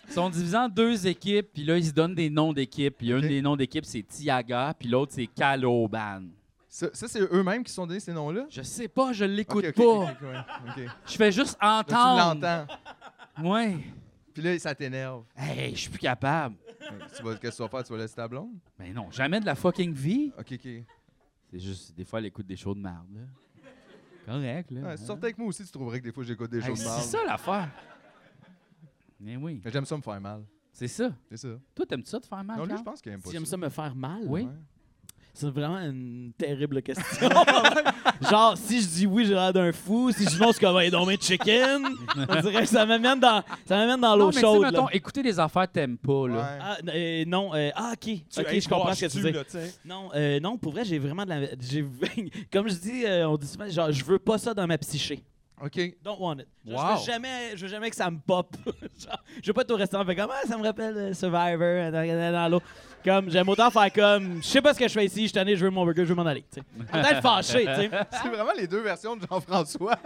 Ils sont divisés en deux équipes, puis là, ils se donnent des noms d'équipes. Puis
Ok.
une des noms d'équipes, c'est Tiaga, puis l'autre, c'est Caloban.
Ça, ça, c'est eux-mêmes qui se sont donné ces noms-là?
Je sais pas, je l'écoute
Ok, ok,
pas.
ok, ok, ouais, ok.
Je fais juste
Là, tu
entendre.
l'entends.
Ouais.
Puis là, ça t'énerve.
Hey, je suis plus capable.
Tu vas- Qu'est-ce que tu vas faire? Tu vas laisser ta blonde?
Mais non, jamais de la fucking vie.
OK, OK. Ouais,
C'est juste, des fois, elle écoute des shows de merde. là. Correct, là.
si tu sortais avec moi aussi, tu trouverais que des fois, j'écoute des
Hey,
choses de
C'est
mal.
ça l'affaire. Mais oui,
Mais J'aime ça me faire mal.
c'est ça.
C'est ça.
Toi, t'aimes-tu ça de faire mal?
Non, lui,
Carl?
je pense qu'il aime pas
Si j'aime
ça.
ça me faire mal,
Oui.
c'est vraiment une terrible question. Genre, si je dis oui, j'ai l'air d'un fou. Si je dis non, c'est comme, hey, don't make chicken. On dirait que ça m'amène dans, ça m'amène dans
Non,
l'eau
mais tu sais,
chaude. là.
mettons, écouter des affaires, t'aimes pas, là.
Ouais.
Ah, euh, non, euh, ah, ok. ok, je comprends ce que tu dis. Non, euh, non, pour vrai, j'ai vraiment de la. j'ai- Comme je dis, euh, on dit souvent, genre, je veux pas ça dans ma psyché.
OK.
Don't want it. Genre,
Wow.
je, veux jamais, je veux jamais que ça me pop. Genre, je veux pas être au restaurant, fait comme, ah, ça me rappelle euh, Survivor, euh, dans, dans- dans l'eau. Comme, j'aime autant faire comme, je sais pas ce que je fais ici, je suis tanné, je veux mon burger, je veux m'en aller. tu sais. Je vais Peut-être fâché, tu sais.
C'est vraiment les deux versions de Jean-François.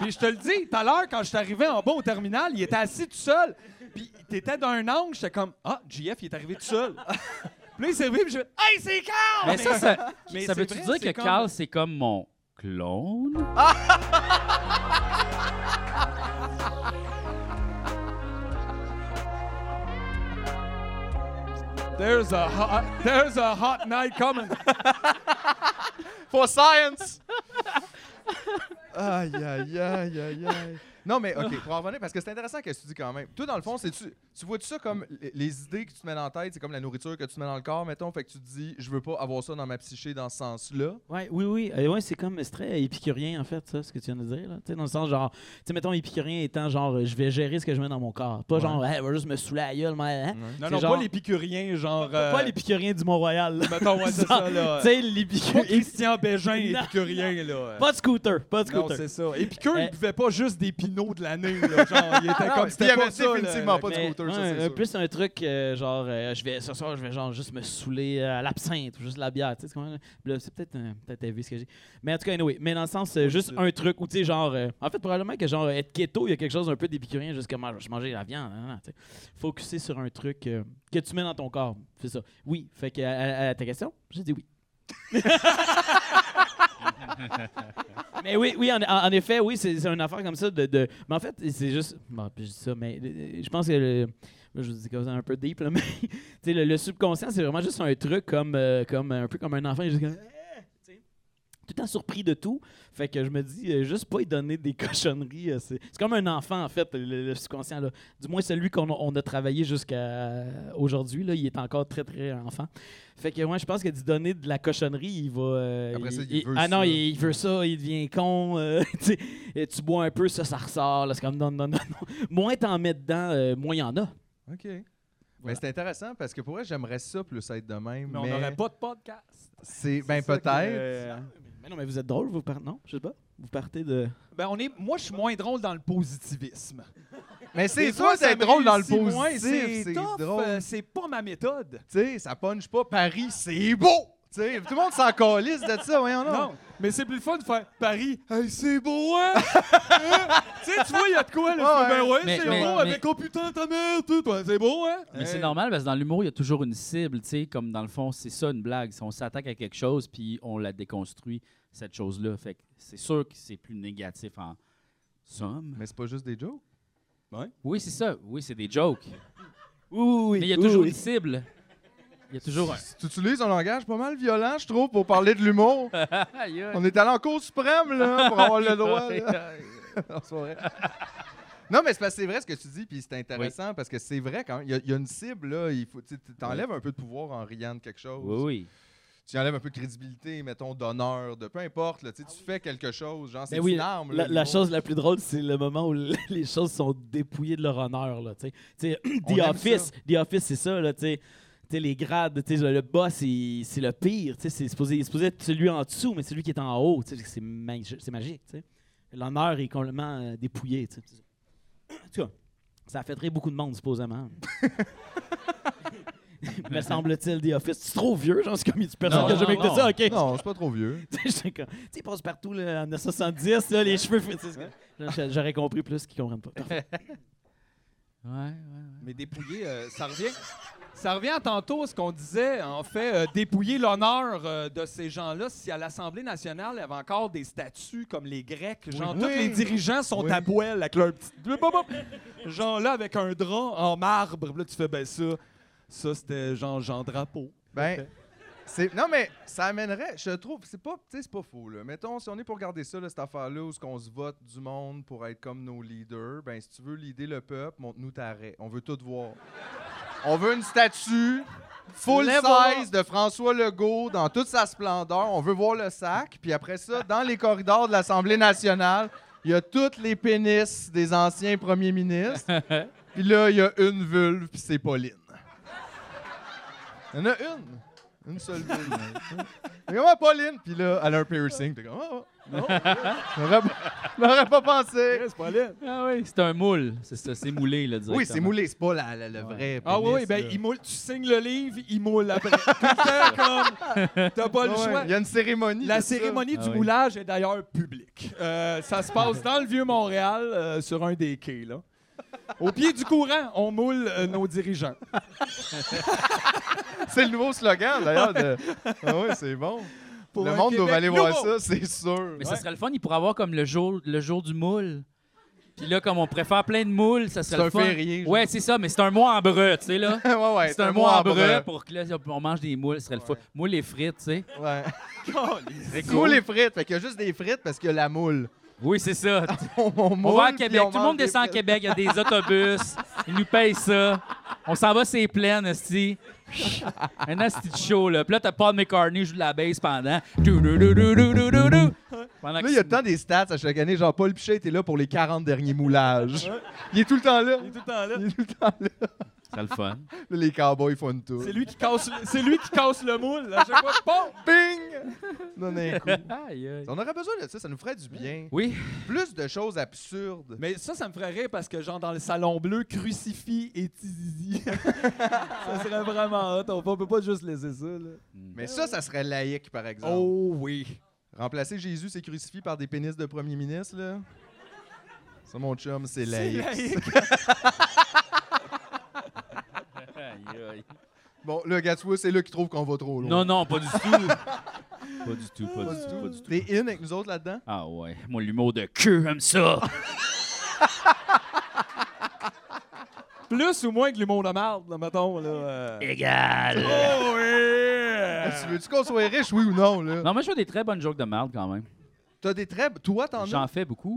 Puis je te le dis, tout à l'heure, quand je suis arrivé en bas au terminal, il était assis tout seul. Puis t'étais d'un angle, j'étais comme Ah, JF, il est arrivé tout seul. Puis là, il s'est levé, puis je fais Hey, c'est Carl!
Mais ça, ça,
Mais
ça
c'est
veut-tu
vrai,
dire que
c'est comme-
Carl, c'est comme mon clone?
There's a hot, there's a hot night coming.
For science! aïe, aïe, aïe, aïe, aïe. Non, mais OK, pour en revenir, parce que c'est intéressant qu'est-ce que tu dis quand même. Toi, dans le fond, c'est tu, tu vois-tu ça comme les, les idées que tu te mets dans la tête, c'est comme la nourriture que tu te mets dans le corps, mettons, fait que tu te dis, je veux pas avoir ça dans ma psyché dans ce sens-là.
Ouais, oui, oui. Euh, ouais, c'est comme, c'est très épicurien, en fait, ça, ce que tu viens de dire. Là. Tu sais, Dans le sens, genre, tu sais, mettons, épicurien étant, genre, euh, je vais gérer ce que je mets dans mon corps. Pas genre, hey, va juste me saouler la gueule, mais. hein?
Non,
C'est
non,
genre-
pas l'épicurien, genre. euh,
Pas l'épicurien du Mont-Royal. là.
Mettons, ouais, c'est ça, là.
Tu sais, l'épicurien.
Pas Christian Bégin,
Non.
épicurien, là.
Pas de scooter, pas de
Non,
scooter.
c'est ça. Épicure,
Euh,
il buvait pas juste des pinots de l'année, là. Genre, il était
Non,
comme
il
c'était
avait
pas ça. là,
définitivement
la-
pas de
Mais,
scooter, ça,
ouais,
c'est
euh,
sûr.
Plus un truc euh, genre, euh, je vais ce soir, je vais genre juste me saouler euh, à l'absinthe ou juste la bière. Tu sais, c'est comment- là, c'est peut-être euh, peut-être t'as vu ce que j'ai. Mais en tout cas, anyway, mais dans le sens, euh, juste un truc où tu sais, genre, euh, en fait, probablement que genre être keto, il y a quelque chose d'un peu d'épicurien, juste comme ah, je vais manger la viande. hein, hein, tu sais. Focuser sur un truc euh, que tu mets dans ton corps. C'est ça. Oui. Fait que à, à- à ta question, j'ai dit oui. Mais oui, oui, en, en- en effet, oui, c'est c'est une affaire comme ça de, de- Mais en fait, c'est juste. Bon, puis je dis ça, mais euh, je pense que le- moi, je vous dis comme ça un peu deep, là, mais tu sais, le, le subconscient, c'est vraiment juste un truc comme, euh, comme un peu comme un enfant, il est juste comme, Ah! Tu sais, tout le temps surpris de tout. Fait que je me dis, euh, juste pas y donner des cochonneries. euh, c'est c'est comme un enfant, en fait, le, le subconscient. Là. Du moins, celui qu'on a, on a travaillé jusqu'à euh, aujourd'hui, là, il est encore très, très enfant. Fait que moi, je pense que d'y donner de la cochonnerie, il va. euh,
Après ça, il veut
Ah non,
ça.
il, il veut ça, il devient con. euh, tu sais, et tu bois un peu, ça, ça ressort. là, C'est comme non, non, non, non. Moins t'en mets dedans, euh, moins il y en a.
OK. Mais c'est intéressant parce que pour vrai, j'aimerais ça plus être de même.
Mais on n'aurait pas de podcast.
C'est, ben
ça que,
peut-être.
euh,
Mais non, mais vous êtes drôle, vous partez. Non, je sais pas. Vous partez de.
Ben, on est... Moi, je suis moins drôle dans le positivisme.
Mais c'est
Des
ça,
fois,
c'est
me
drôle dans le
réussit moins,
positif. C'est
tough,
drôle.
euh, C'est pas ma méthode.
Tu sais, ça punch pas Paris, c'est beau! Tu sais, tout le monde s'en calisse de ça, voyons non.
Non, mais c'est plus le fun de faire Paris. Hey, c'est beau, hein? tu sais, tu vois, il y a de quoi, là?
Ouais,
tu fais, ben ouais,
Mais-
c'est
mais-
beau,
mais-
avec oh putain, ta mère, tout, ouais, c'est beau, hein?
Mais c'est normal parce que dans l'humour, il y a toujours une cible, tu sais, comme dans le fond, c'est ça une blague. Si on s'attaque à quelque chose, puis on la déconstruit, cette chose-là. Fait que c'est sûr que c'est plus négatif en somme.
Mais c'est pas juste des jokes.
Oui, c'est ça. Oui, c'est des jokes.
Oui, oui, oui.
Mais il y a
oui,
toujours
oui.
une cible. Il y a toujours un.
Tu utilises un langage pas mal violent, je trouve, pour parler de l'humour. On est allé en Cour suprême, là, pour avoir le droit. là. non, c'est pas vrai. Non, mais c'est parce que c'est vrai ce que tu dis, puis c'est intéressant parce que c'est vrai quand même. Il y a- il y, a une cible, là. Il faut, tu sais, t'enlèves un peu de pouvoir en riant de quelque chose.
Oui, oui.
Tu enlèves un peu de crédibilité, mettons, d'honneur, de peu importe. Là, tu sais, tu fais quelque chose, genre, c'est
Ben oui,
une arme.
La,
là,
la
l'humour.
chose la plus drôle, c'est le moment où les choses sont dépouillées de leur honneur. Là, tu sais. Tu sais,
On
The
aime
Office, The Office, c'est ça. Là, tu sais. Tu sais, les grades, tu sais, le, le boss, c'est c'est le pire. tu sais, C'est supposé, il est supposé être celui en dessous, mais celui qui est en haut. tu sais, C'est magi- c'est magique. tu sais. L'honneur est complètement euh, dépouillé. tu sais. En tout cas, ça affecterait beaucoup de monde, supposément. me semble-t-il, The Office. C'est trop vieux, genre, c'est comme une personne qui a
Non,
jamais
non,
écouté ça, ok.
Non, c'est pas trop vieux.
J'étais comme, tu sais, ils passent partout là, en 1970, là, les cheveux. fait- c'est ce que- Là, J'aurais compris plus qu'ils comprennent pas. Parfait.
Ouais, ouais.
Mais dépouiller, euh, ça revient. Ça revient à tantôt ce qu'on disait, en fait, euh, dépouiller l'honneur euh, de ces gens-là. Si à l'Assemblée nationale, il y avait encore des statues comme les Grecs, genre
Oui.
tous les dirigeants sont à poil avec leur petit. Bloup, bloup, bloup. Genre là, avec un drap en marbre. Là, tu fais, ben ça, ça c'était genre Jean Drapeau.
Ben, c'est non mais ça amènerait, je trouve, c'est pas, tu sais, c'est pas fou là. Mettons si on est pour garder ça là, cette affaire là où ce qu'on se vote du monde pour être comme nos leaders, ben si tu veux leader le peuple, montre-nous ta raie. On veut tout voir. on veut une statue full
Lève
size de François Legault dans toute sa splendeur. On veut voir le sac, puis après ça, dans les corridors de l'Assemblée nationale, il y a toutes les pénis des anciens premiers ministres. puis là, il y a une vulve, puis c'est Pauline. Il y en a une. Une seule vulve. T'es comme, Ah, Pauline? Puis là, elle a un piercing. T'es comme, oh, non. J'aurais pas- J'aurais Eh, pas pensé.
C'est pas laid.
Ah oui, c'est un moule. C'est ça, c'est moulé, là,
Oui, c'est
directement.
moulé, c'est pas la- la- le vrai.
Ah oui, oui, ben
euh,
il moule. Tu signes le livre, il moule après. Tout le temps, comme, t'as pas le choix.
Il y a une cérémonie.
La
de ça.
cérémonie
Ah
du
oui.
moulage est d'ailleurs publique. Euh, ça se passe dans le vieux Montréal, euh, sur un des quais. Là. Au pied du courant, on moule euh, nos dirigeants.
C'est le nouveau slogan, d'ailleurs. de- Ah oui, c'est bon.
Pour
le
un
monde
Québec
doit aller voir
nouveau.
ça, c'est sûr.
Mais ça serait le fun, il pourrait avoir comme le jour, le jour du moule. Puis là, comme on préfère plein de moules, ça serait
C'est
le
un
fun.
férié, genre.
Ouais, c'est ça, mais c'est un mois en breu, tu sais, là.
Ouais, ouais,
c'est un, mois en breu pour que là, on mange des moules, ce serait le fun. Moules et frites, tu sais.
Ouais. C'est cool les frites. Fait qu'il y a juste des frites parce qu'il y a la moule.
Oui, c'est ça.
On,
on
moule,
va à
Ah, puis
Québec,
on
tout le
mange
monde
des
descend à
frites.
Québec, il y a des autobus, ils nous payent ça. On s'en va, c'est plein, esti. Un esti de show, là. Puis là, t'as Paul McCartney joue de la bass pendant... Dou-dou-dou-dou-dou-dou-dou. Pendant
Là,
que-
il y a tant des stats à chaque année. Genre, Paul Pichet était là pour les 40 derniers moulages. Il est tout le temps là.
Il est tout le temps là.
Il est tout le temps là.
C'est le fun.
Là, les cowboys font une tour.
C'est lui qui casse le, c'est lui qui casse le moule. À chaque fois, bon!
Ping! Donnez un coup.
Aïe, aïe.
On aurait besoin de ça, ça nous ferait du bien.
Oui.
Plus de choses absurdes.
Mais ça, ça me ferait rire parce que, genre, dans le salon bleu, crucifix et tizizi. ça serait vraiment hot. On peut- On peut pas juste laisser ça. Là.
Mais ça, ça serait laïque, par exemple.
Oh oui.
Remplacer Jésus, c'est crucifié par des pénis de premier ministre, là. Ça, mon chum, c'est laïque. Bon, là, Gatsby, c'est là qui trouve qu'on va trop loin.
Non, non, pas du tout. pas du tout, pas du tout, pas du tout.
T'es in avec nous autres là-dedans?
Ah ouais, moi l'humour de queue comme ça.
Plus ou moins que l'humour de marde, là, mettons. Là, euh.
Égal.
Oh oui!
Ah, Tu veux-tu qu'on soit riche, oui ou non, là?
Non, moi je fais des très bonnes jokes de merde quand même.
T'as des très... Toi,
Ah,
t'en as?
J'en fais beaucoup.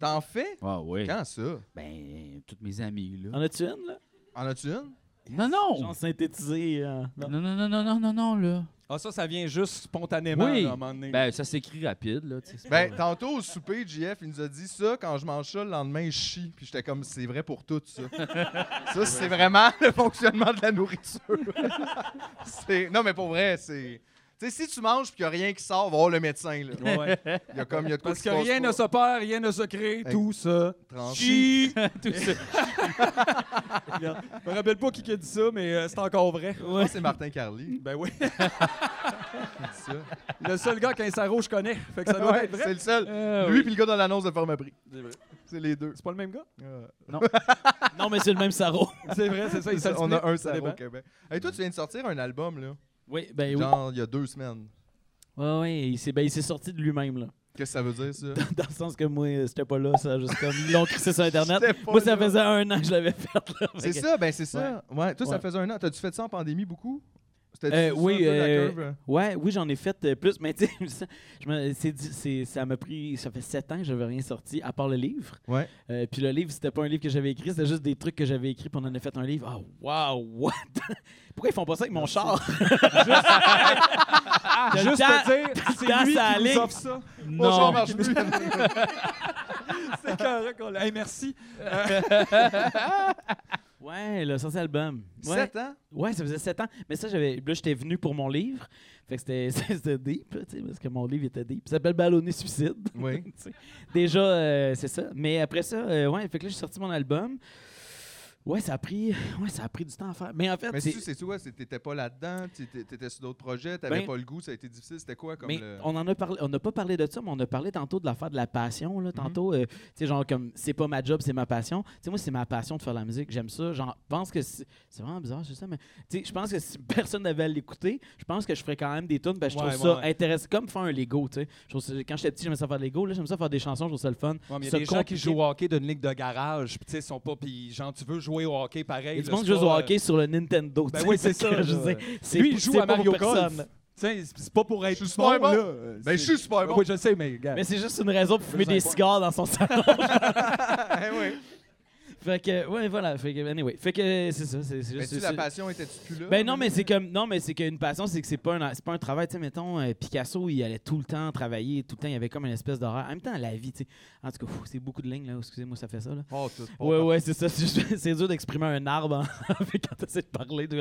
T'en fais?
Ah ouais.
Quand, ça?
Ben, toutes mes amies là.
En as-tu une, là?
En as-tu une?
Ah,
Non, non.
Genre synthétisée. euh, non.
Non, non, non, non, non, non, non, là.
Ah, ça, ça vient juste spontanément
Oui.
là, à un moment donné.
Ben, ça s'écrit rapide, là. tu sais, c'est pas-
Ben, tantôt, au souper, JF, il nous a dit ça, quand je mange ça, le lendemain, je chie. Puis j'étais comme, c'est vrai pour tout, ça. ça, c'est vraiment le fonctionnement de la nourriture. C'est- non, mais pour vrai, c'est... Tu sais, si tu manges puis qu'il n'y a rien qui sort, va voir le médecin, là.
Ouais, ouais.
Il y a comme, il y a de quoi
Parce
qui
que
se passe
rien
pas.
ne se perd, rien ne se crée,
Hey.
tout ça.
Trans-
Chi!
Tout ça.
Je me rappelle pas qui a dit ça, mais euh, c'est encore vrai.
Je pense que c'est Martin Carly.
Ben oui.
qui dit ça.
Le seul gars qu'un sarro je connais. Fait que ça doit
Ouais,
être
c'est
vrai. Ah
le seul.
Euh,
Lui puis le gars dans l'annonce de Format Prix. C'est les deux. Ah.
C'est pas le même gars?
Non, mais c'est le même sarro.
C'est vrai, c'est ça. Il
On a un
ça
salaud au
dépend.
Québec. Et toi, tu viens de sortir un album, là.
Oui, ben oui.
Genre, il y a deux semaines.
Ouais, ouais, il s'est ben, il s'est sorti de lui-même, là.
Qu'est-ce que ça veut dire, ça?
Dans le sens que moi, euh, c'était pas là, ça, juste comme ils l'ont crissé sur Internet.
J'étais pas
Moi, ça
là.
faisait un an que je l'avais fait, là.
C'est
Fait que-
ça, ben c'est ça. Ouais. Toi, ça
Ouais.
faisait un an. T'as-tu fait ça en pandémie beaucoup? C'était-tu
Euh,
ça,
oui,
un peu, la
euh,
curve? hein?
Ouais, oui, j'en ai fait euh, plus, mais tu sais, ça- je me- c'est du- c'est- ça m'a pris, ça fait sept ans que j'avais rien sorti, à part le livre.
Ouais.
Euh, puis le livre, c'était pas un livre que j'avais écrit, c'était juste des trucs que j'avais écrits, puis on en a fait un livre. Ah, wow, what? Pourquoi ils font pas ça avec mon char?
Juste
Dans-
te dire, c'est
dans
lui
sa
qui
ligne.
nous offre ça.
Mon char
Non.
Oh, marche plus.
C'est correct. on l'a- Hey, merci.
Ouais, le sorti album. Ouais.
Sept ans?
Ouais, ça faisait sept ans. Mais ça, j'avais. Là, j'étais venu pour mon livre. Fait que c'était- c'était deep, là, tu sais, parce que mon livre était deep. Ça s'appelle Ballonné Suicide.
Oui.
Tu sais. Déjà, euh, c'est ça. Mais après ça, euh, ouais, fait que là, j'ai sorti mon album. Ouais, ça a pris, ouais, ça a pris du temps à faire. Mais en fait,
Mais
c'est-
c'est c'est quoi? c'est- T'étais pas là-dedans, t'étais t'étais sur d'autres projets, t'avais
Ben-
pas le goût, ça a été difficile. C'était quoi comme
mais
le.
on en a parlé, on n'a pas parlé de ça, mais on a parlé tantôt de l'affaire de la passion,
Mhm.
là, tantôt, euh, tu sais, genre comme c'est pas ma job, c'est ma passion. Tu sais, moi, c'est ma passion de faire la musique, j'aime ça. J'en pense que si- c'est vraiment bizarre, c'est ça, mais tu sais, je pense que si personne n'avait à l'écouter, je pense que je ferais quand même des tunes, parce que je
Ouais,
trouve
ouais,
ça
ouais.
intéressant, comme faire un Lego, tu sais. Je trouve ça- Quand j'étais petit, j'aimais ça faire des Lego, là, j'aime ça faire des chansons, je trouve ça le fun.
Ouais, mais il y
Se
a des gens qui
compliquer.
jouent au hockey d'une ligue de garage, puis tu sais, ils sont pas, puis genre, tu veux jouer au hockey
Il
pareil.
y a du
là,
monde qui
c'est
joue au
pas, euh,
hockey sur le Nintendo,
Ben
tu sais,
oui, c'est
fait que
ça,
je veux
là.
dire, c'est-
Lui, il joue
c'est
à
pas pour
Mario Golf.
personne.
Tu sais, c'est c'est pas pour être
Je suis super
bon,
bon.
là. Ah
Ben, je suis super bon.
Oui, je le sais, mais gars.
Mais c'est juste une raison pour fumer
Deux un
des
point.
cigares dans son salon.
Eh oui.
Fait que, ouais, voilà. Fait que, anyway. Fait que, c'est ça. C'est, c'est
Mais
juste.
tu
c'est-
Ben, la passion était-tu plus là?
ben non, mais c'est comme non, mais c'est qu'une passion, c'est que c'est pas un c'est pas un travail, tu sais mettons euh, Picasso, il allait tout le temps travailler, tout le temps il y avait comme une espèce d'horreur. En même temps la vie, tu sais. En tout cas, pfff, c'est beaucoup de lignes là, excusez-moi, ça fait ça là.
Oh, tout.
ouais ouais, c'est ça, c'est, juste- c'est dur d'exprimer un arbre en- avec quand t'essaies de parler de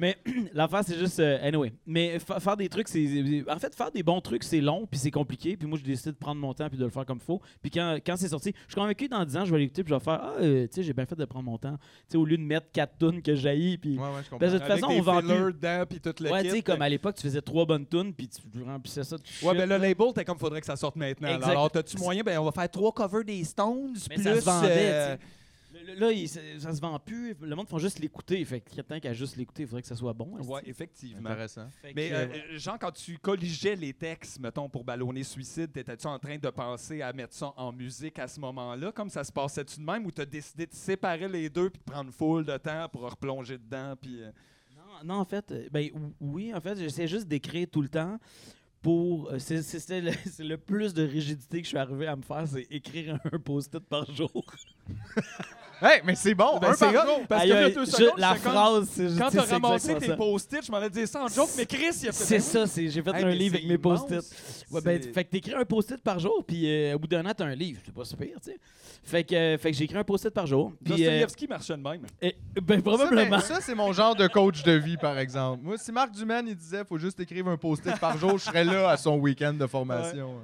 Mais l'affaire c'est juste euh, anyway, mais fa- faire des trucs c'est en fait faire des bons trucs, c'est long puis c'est compliqué, puis moi je décide de prendre mon temps puis de le faire comme faut. Puis quand, quand c'est sorti, je suis convaincu que dans 10 ans, je vais l'écouter puis je vais faire ah euh, tu sais, j'ai bien fait de prendre mon temps. Tu sais au lieu de mettre 4 tonnes que j'haïs puis
Ouais, ouais, je comprends.
Ben, de toute façon, on vend
Avec des fillers
plus.
dedans, puis tout le
Ouais, tu
kit. hein.
sais, comme à l'époque, tu faisais trois bonnes tunes, puis tu remplissais ça. Tu
Ouais, ben le label, t'es comme, faudrait que ça sorte maintenant.
Exact.
Alors, t'as-tu moyen? Ben, on va faire trois covers des Stones,
mais
plus...
ça se vendait,
euh,
tu sais. Le- le- Là, il- ça, ça se vend plus. Le monde font juste l'écouter. Fait que quelqu'un qui a juste l'écouter, il faudrait que ça soit bon. est-ce
Ouais,
que-
effectivement.
Intéressant.
Fait que,
Mais,
euh,
euh, Jean, quand tu colligeais les textes, mettons, pour ballonner Suicide, t'étais-tu en train de penser à mettre ça en musique à ce moment-là, comme ça se passait-tu de même, ou t'as décidé de séparer les deux puis de prendre full de temps pour replonger dedans, puis... euh,
non, non, en fait, euh, ben ou- oui, en fait, j'essaie juste d'écrire tout le temps. Pour, euh, c'est, c'est- c'était le, c'est le plus de rigidité que je suis arrivé à me faire, c'est écrire un post-it par jour.
Hey, mais c'est bon!
Ben,
un
c'est
par
hot,
jour!
parce
Aïe,
que là,
aïe,
deux
je-
secondes,
la
j'étais comme-
phrase, c'est juste
Quand
c'est
t'as ramassé
exactement
tes
ça.
post-it, je m'en ai dit ça en joke, mais Chris, il a fait
C'est ça, c'est, j'ai fait
Hey,
un
mais
livre
c'est
avec mes post-it.
immense.
Ouais, ben,
C'est-
fait que t'écris un post-it par jour, puis euh, au bout d'un an, t'as un livre. C'est pas super, tu sais. Fait que, euh, fait que j'écris un post-it par jour. Puis, euh,
Dostoïevski marchait de même.
eh, ben,
Ça, ben,
probablement.
Ça, c'est mon genre de coach de vie, par exemple. Moi, si Marc Duman, il disait faut juste écrire un post-it par jour, je serais là à son week-end de formation.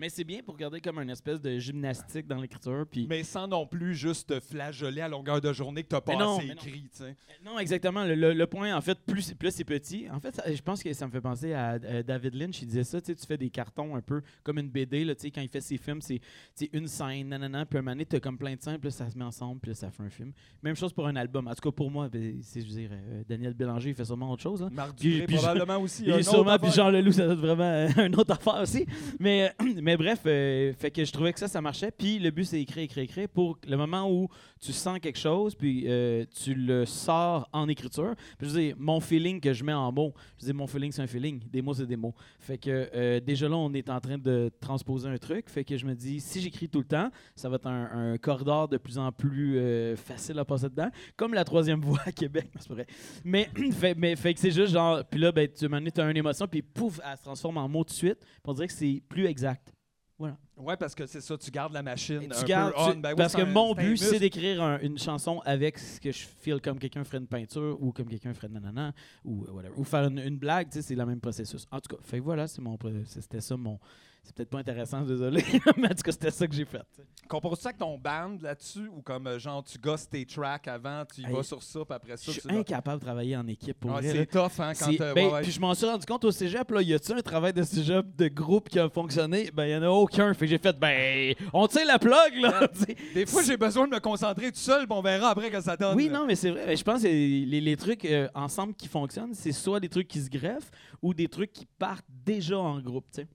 Mais c'est bien pour garder comme une espèce de gymnastique dans l'écriture. Puis...
Mais sans non plus juste te flageoler à longueur de journée que t'as pas
Mais non,
assez
mais non.
écrit, tu sais.
Euh, Non, exactement. Le, le- le point, en fait, plus, c'est- plus c'est petit. En fait, ça- je pense que ça me fait penser à euh, David Lynch. Il disait ça, tu sais, tu fais des cartons un peu comme une BD. Là, tu sais, quand il fait ses films, c'est tu sais, une scène, nanana, puis un moment donné, t'as comme plein de scènes, puis là, ça se met ensemble, puis là, ça fait un film. Même chose pour un album. En tout cas, pour moi, ben, c'est, je veux dire, euh, Daniel Bélanger, il fait sûrement autre chose. là.
Marc
Puis-
Dupré,
puis je-
probablement aussi.
Et
un autre
sûrement, puis
affaire.
Jean Leloup, ça doit être vraiment euh, une autre affaire aussi. Mais, mais bref, euh, fait que je trouvais que ça, ça marchait. Puis le but, c'est écrire, écrire, écrire pour le moment où tu sens quelque chose, puis euh, tu le sors en écriture. Puis je veux dire, mon feeling que je mets en mots, je dis mon feeling, c'est un feeling. Des mots, c'est des mots. Fait que euh, déjà là, on est en train de transposer un truc. Fait que je me dis, si j'écris tout le temps, ça va être un, un corridor de plus en plus euh, facile à passer dedans. Comme la troisième voie à Québec, c'est pas vrai. Mais, fait, mais fait que c'est juste genre, puis là, ben, tu m'en as une émotion, puis pouf, elle se transforme en mot tout de suite. Puis on dirait que c'est plus exact.
Ouais, parce que c'est ça, tu gardes la machine.
Et
un
tu
peu
gardes-
on,
tu-
ben oui,
parce
c'est
que
un-
mon
un
but, c'est
muscle.
d'écrire un- une chanson avec ce que je feel comme quelqu'un ferait une peinture ou comme quelqu'un ferait nanana ou euh, whatever. Ou faire une, une blague, tu sais, c'est le même processus. En tout cas, fait que voilà, c'est mon pro- c'est- c'était ça mon. C'est peut-être pas intéressant, désolé, mais en tout cas, c'était ça que j'ai fait. tu sais.
Composes-tu ça avec ton band là-dessus ou comme euh, genre tu gosses tes tracks avant, tu y
Hey,
vas sur ça, puis après
Je
ça,
suis
tu l'as-
incapable de travailler en équipe pour
Ah,
vrai, là.
C'est tough, hein, quand
C'est-
euh,
ben,
ouais, ouais.
Puis je m'en suis rendu compte au cégep, là, y a-tu un travail de cégep de groupe qui a fonctionné? Ben, y en a aucun. Fait que j'ai fait, ben, on tire la plug, là. tu sais.
Des fois, j'ai besoin de me concentrer tout seul, puis on verra après que ça donne.
oui,
là.
non, mais c'est vrai. Ben, Je pense que les, les trucs euh, ensemble qui fonctionnent, c'est soit des trucs qui se greffent ou des trucs qui partent déjà en groupe, tu sais.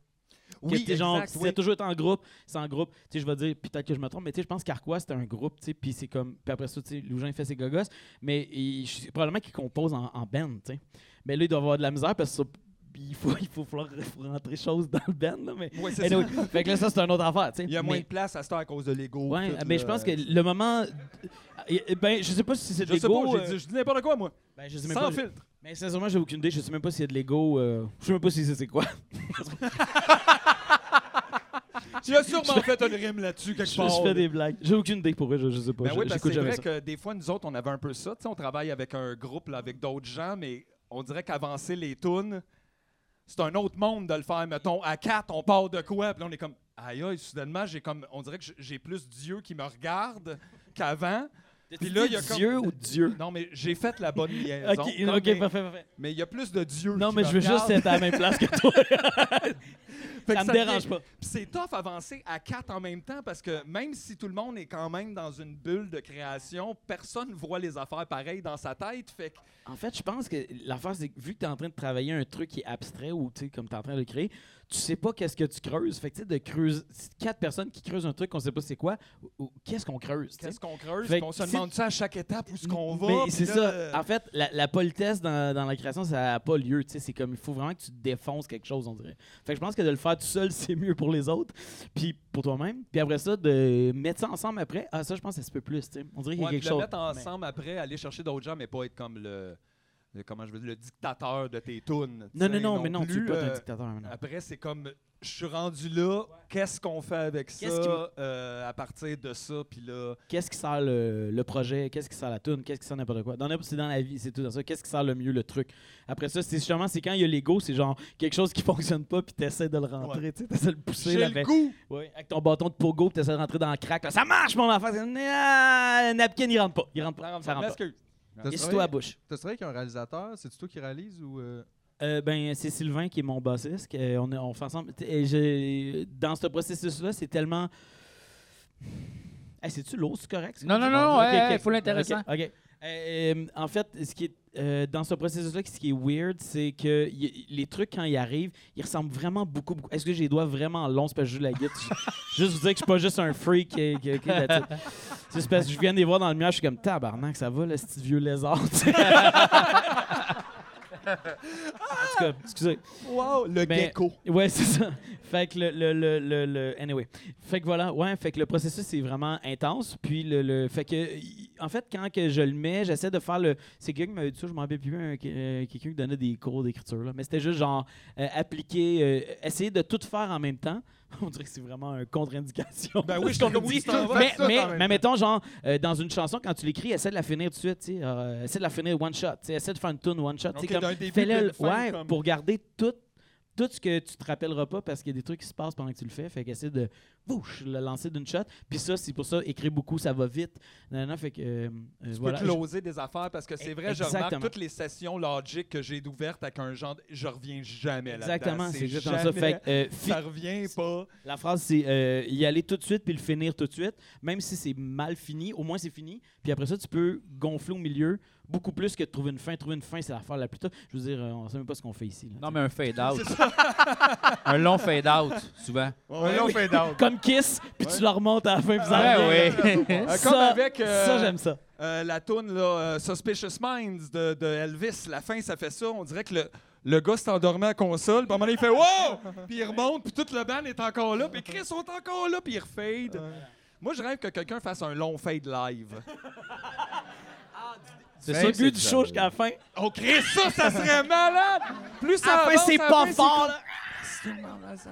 Que
Oui,
t'es genre,
exact,
c'est
oui.
toujours été en groupe, c'est en groupe. Tu sais, je vais dire, puis peut-être que je me trompe, mais tu sais, je pense qu'Arquois, c'était un groupe, tu sais, puis c'est comme, puis après ça, tu sais, Loujain fait ses gogos, mais il- je- probablement qu'il compose en, en band, tu sais. Mais là, il doit avoir de la misère parce que ça- il faut, il faut falloir rentrer chose dans le band, là, mais.
Ouais, c'est
Anyway,
ça.
fait que là, ça, c'est un autre affaire, tu sais.
Il y a moins
mais,
de place à cette heure à cause de l'ego.
Ouais,
tout, euh,
mais
là.
je pense que le moment. eh, Ben, je sais pas si c'est de
Je sais pas,
l'ego.
j'ai
euh,
dit- je dis n'importe quoi, moi.
ben, je sais même
Sans
pas-
filtre.
mais sincèrement, j'ai aucune idée. Je sais même pas s'il y a de l'ego. euh, je sais même pas si c'est c'est quoi.
Tu as sûrement fait une rime là-dessus quelque
Je,
part.
je
là.
fais des blagues. J'ai aucune idée pour eux. Je, je sais pas.
Ben
je-
oui, parce que
j'écoute
c'est
jamais
vrai
ça.
que des fois, nous autres, on avait un peu ça. Tu sais, on travaille avec un groupe, là, avec d'autres gens, mais on dirait qu'avancer les tunes, c'est un autre monde de le faire. Mettons, à quatre, on part de quoi? Puis là, on est comme, aïe, aïe, soudainement, j'ai comme, on dirait que j- j'ai plus Dieu qui me regarde qu'avant.
T'as-tu
Puis là,
dit
il y a comme-
Dieu ou Dieu?
Non, mais j'ai fait la bonne liaison.
Ok,
comme
ok,
mais-
parfait, parfait.
Mais il y a plus de Dieu.
Non,
qui
mais
me
je veux juste
regarde.
être à la même place que toi.
Fait que
ça me
devient-
dérange pas.
Puis c'est tough avancer à quatre en même temps parce que même si tout le monde est quand même dans une bulle de création, personne voit les affaires pareilles dans sa tête. Fait que
En fait, je pense que l'affaire, c'est que vu que tu es en train de travailler un truc qui est abstrait ou tu sais, comme tu es en train de le créer, tu sais pas qu'est-ce que tu creuses. Fait que tu sais, de creuser, c'est quatre personnes qui creusent un truc qu'on sait pas c'est quoi, ou- ou qu'est-ce qu'on creuse? tu sais.
qu'est-ce qu'on creuse?
Fait
puis on
que
se
si-
demande ça à chaque étape où ce qu'on va.
Mais
puis
c'est
là, euh,
ça. En fait, la, la politesse dans, dans la création, ça n'a pas lieu. tu sais. C'est comme, il faut vraiment que tu défonces quelque chose, on dirait. Fait que je pense que de le faire tout seul, c'est mieux pour les autres, puis pour toi-même. Puis après ça, de mettre ça ensemble après, ah, ça, je pense que ça se peut plus. tu sais. On dirait qu'il y a
Ouais, puis
quelque
le
chose.
mettre ensemble après, aller chercher d'autres gens, mais pas être comme le, le- comment je veux dire, le dictateur de tes tunes.
Non, non, non, mais non, tu
plus,
es pas
euh,
un dictateur maintenant.
Après, c'est comme, je suis rendu là, qu'est-ce qu'on fait avec ça
Qu'est-ce qui m-
euh, à partir de ça, puis là...
qu'est-ce qui sert le, le projet, qu'est-ce qui sert la tune, qu'est-ce qui sert n'importe quoi. Dans n'importe- c'est dans la vie, c'est tout dans ça. Qu'est-ce qui sert le mieux le truc. Après ça, c'est justement c'est quand il y a l'ego, c'est genre quelque chose qui fonctionne pas puis t'essaies de le rentrer, tu sais, t'essaies de le pousser là,
J'ai le
avec,
goût!
ouais, avec ton bâton de pogo, puis t'essaies de rentrer dans le crack. là, ça marche mon enfant. C'est- Ah, le napkin il rentre pas, il rentre pas, ça rentre pas.
M'excuse.
T'as
Et c'est
travaillé-
toi à bouche.
T'as travaillé avec un réalisateur? C'est-tu toi qui réalise ou... euh,
Euh, ben, c'est Sylvain qui est mon bassiste. que, euh, on, a- on fait ensemble. T- et j'ai- dans ce processus-là, c'est tellement. Hey, C'est-tu l'eau, c'est correct? c'est
Non,
comme
non,
ça?
non,
Ok,
ouais,
ok.
ouais, full intéressant.
Ok, ok. Euh, euh, en fait, ce qui est, euh, dans ce processus-là, ce qui est weird, c'est que y- les trucs, quand ils arrivent, ils ressemblent vraiment beaucoup. beaucoup. Est-ce que j'ai les doigts vraiment longs? C'est parce que je joue de la guitare. Je- juste vous dire que je suis pas juste un freak. euh, que- que- that's it. C'est parce que je viens de les voir dans le miroir, je suis comme tabarnak, ça va, le petit vieux lézard. tu sais. en tout cas, excusez.
Wow, le
Mais-
gecko!
Ouais, c'est ça. Fait que le, le, le, le, le- Anyway. Fait que voilà, ouais, fait que le processus est vraiment intense. Puis le. le- fait que. y- En fait, quand que je le mets, j'essaie de faire le. C'est quelqu'un qui m'avait dit ça, je m'en rappelle plus, un- euh, quelqu'un qui donnait des cours d'écriture, là. Mais c'était juste genre euh, appliquer, euh, essayer de tout faire en même temps. On dirait que c'est vraiment une contre-indication.
Ben oui, je
Ce qu'on
suis comme,
me
oui,
dit.
tu t'en vas
Mais,
faire ça
mais,
quand même.
mais mettons, genre, euh, dans une chanson, quand tu l'écris, essaie de la finir tout de suite, tu sais. Euh, essaie de la finir one shot, tu sais. Essaie de faire une tune one shot, tu
Ok,
sais. comme-
d'un début,
fais-le,
puis une fin,
ouais,
comme-
pour garder tout, tout ce que tu te rappelleras pas parce qu'il y a des trucs qui se passent pendant que tu le fais. Fait qu'essaie de bouche, le lancer d'une shot. Puis ça, c'est pour ça, écrire beaucoup, ça va vite. Non, non, fait que. euh, euh,
Tu
voilà. E-,
peux closer des affaires parce que c'est vrai, je remarque
Exactement.
toutes les sessions logiques que j'ai d'ouvertes avec un genre, de- je reviens jamais
Je-
là-dedans.
Exactement, c'est exactement ça.
jamais-
Fait que, euh, fi-
ça revient pas.
la phrase, c'est euh, y aller tout de suite puis le finir tout de suite. Même si c'est mal fini, au moins c'est fini. Puis après ça, tu peux gonfler au milieu beaucoup plus que de trouver une fin. Trouver une fin, c'est l'affaire la plus tough. Je veux dire, euh, on sait même pas ce qu'on fait ici. là,
Non,
tu
mais un fade-out. un long fade-out, souvent.
un long fade out.
sais. Comme kiss, puis tu la remontes à la fin, puis ça revient.
Ben ouais, oui.
Euh,
Ça,
comme avec euh,
ça, j'aime ça.
euh, la toune là, euh, Suspicious Minds de, de Elvis, la fin, ça fait ça. On dirait que le, le gars s'est endormi à la console, puis à un moment donné, il fait Wow! Puis il remonte, puis toute le band est encore là, puis Chris sont encore là, puis il refade. Moi, je rêve que quelqu'un fasse un long fade live.
C'est
Ben,
ça le
c'est
but du
ça,
show
oui.
jusqu'à la fin.
Oh, Chris, ça, ça serait malade! Plus ça
À la fin,
avance,
c'est
à la
pas
fin,
fort, là.
Tu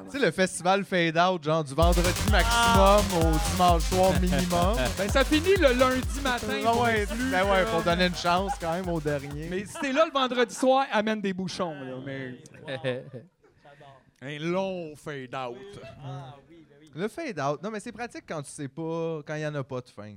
sais, le festival fade out, genre du vendredi maximum au dimanche soir minimum.
Ben, ça finit le lundi matin.
Ah
pour
ouais,
être euh, lu,
ben ouais,
là.
pour donner une chance quand même au dernier.
Mais si t'es là le vendredi soir, amène des bouchons. Là, mais... Un long fade out.
Le fade out, non, mais c'est pratique quand tu sais pas, quand il y en a pas de fin.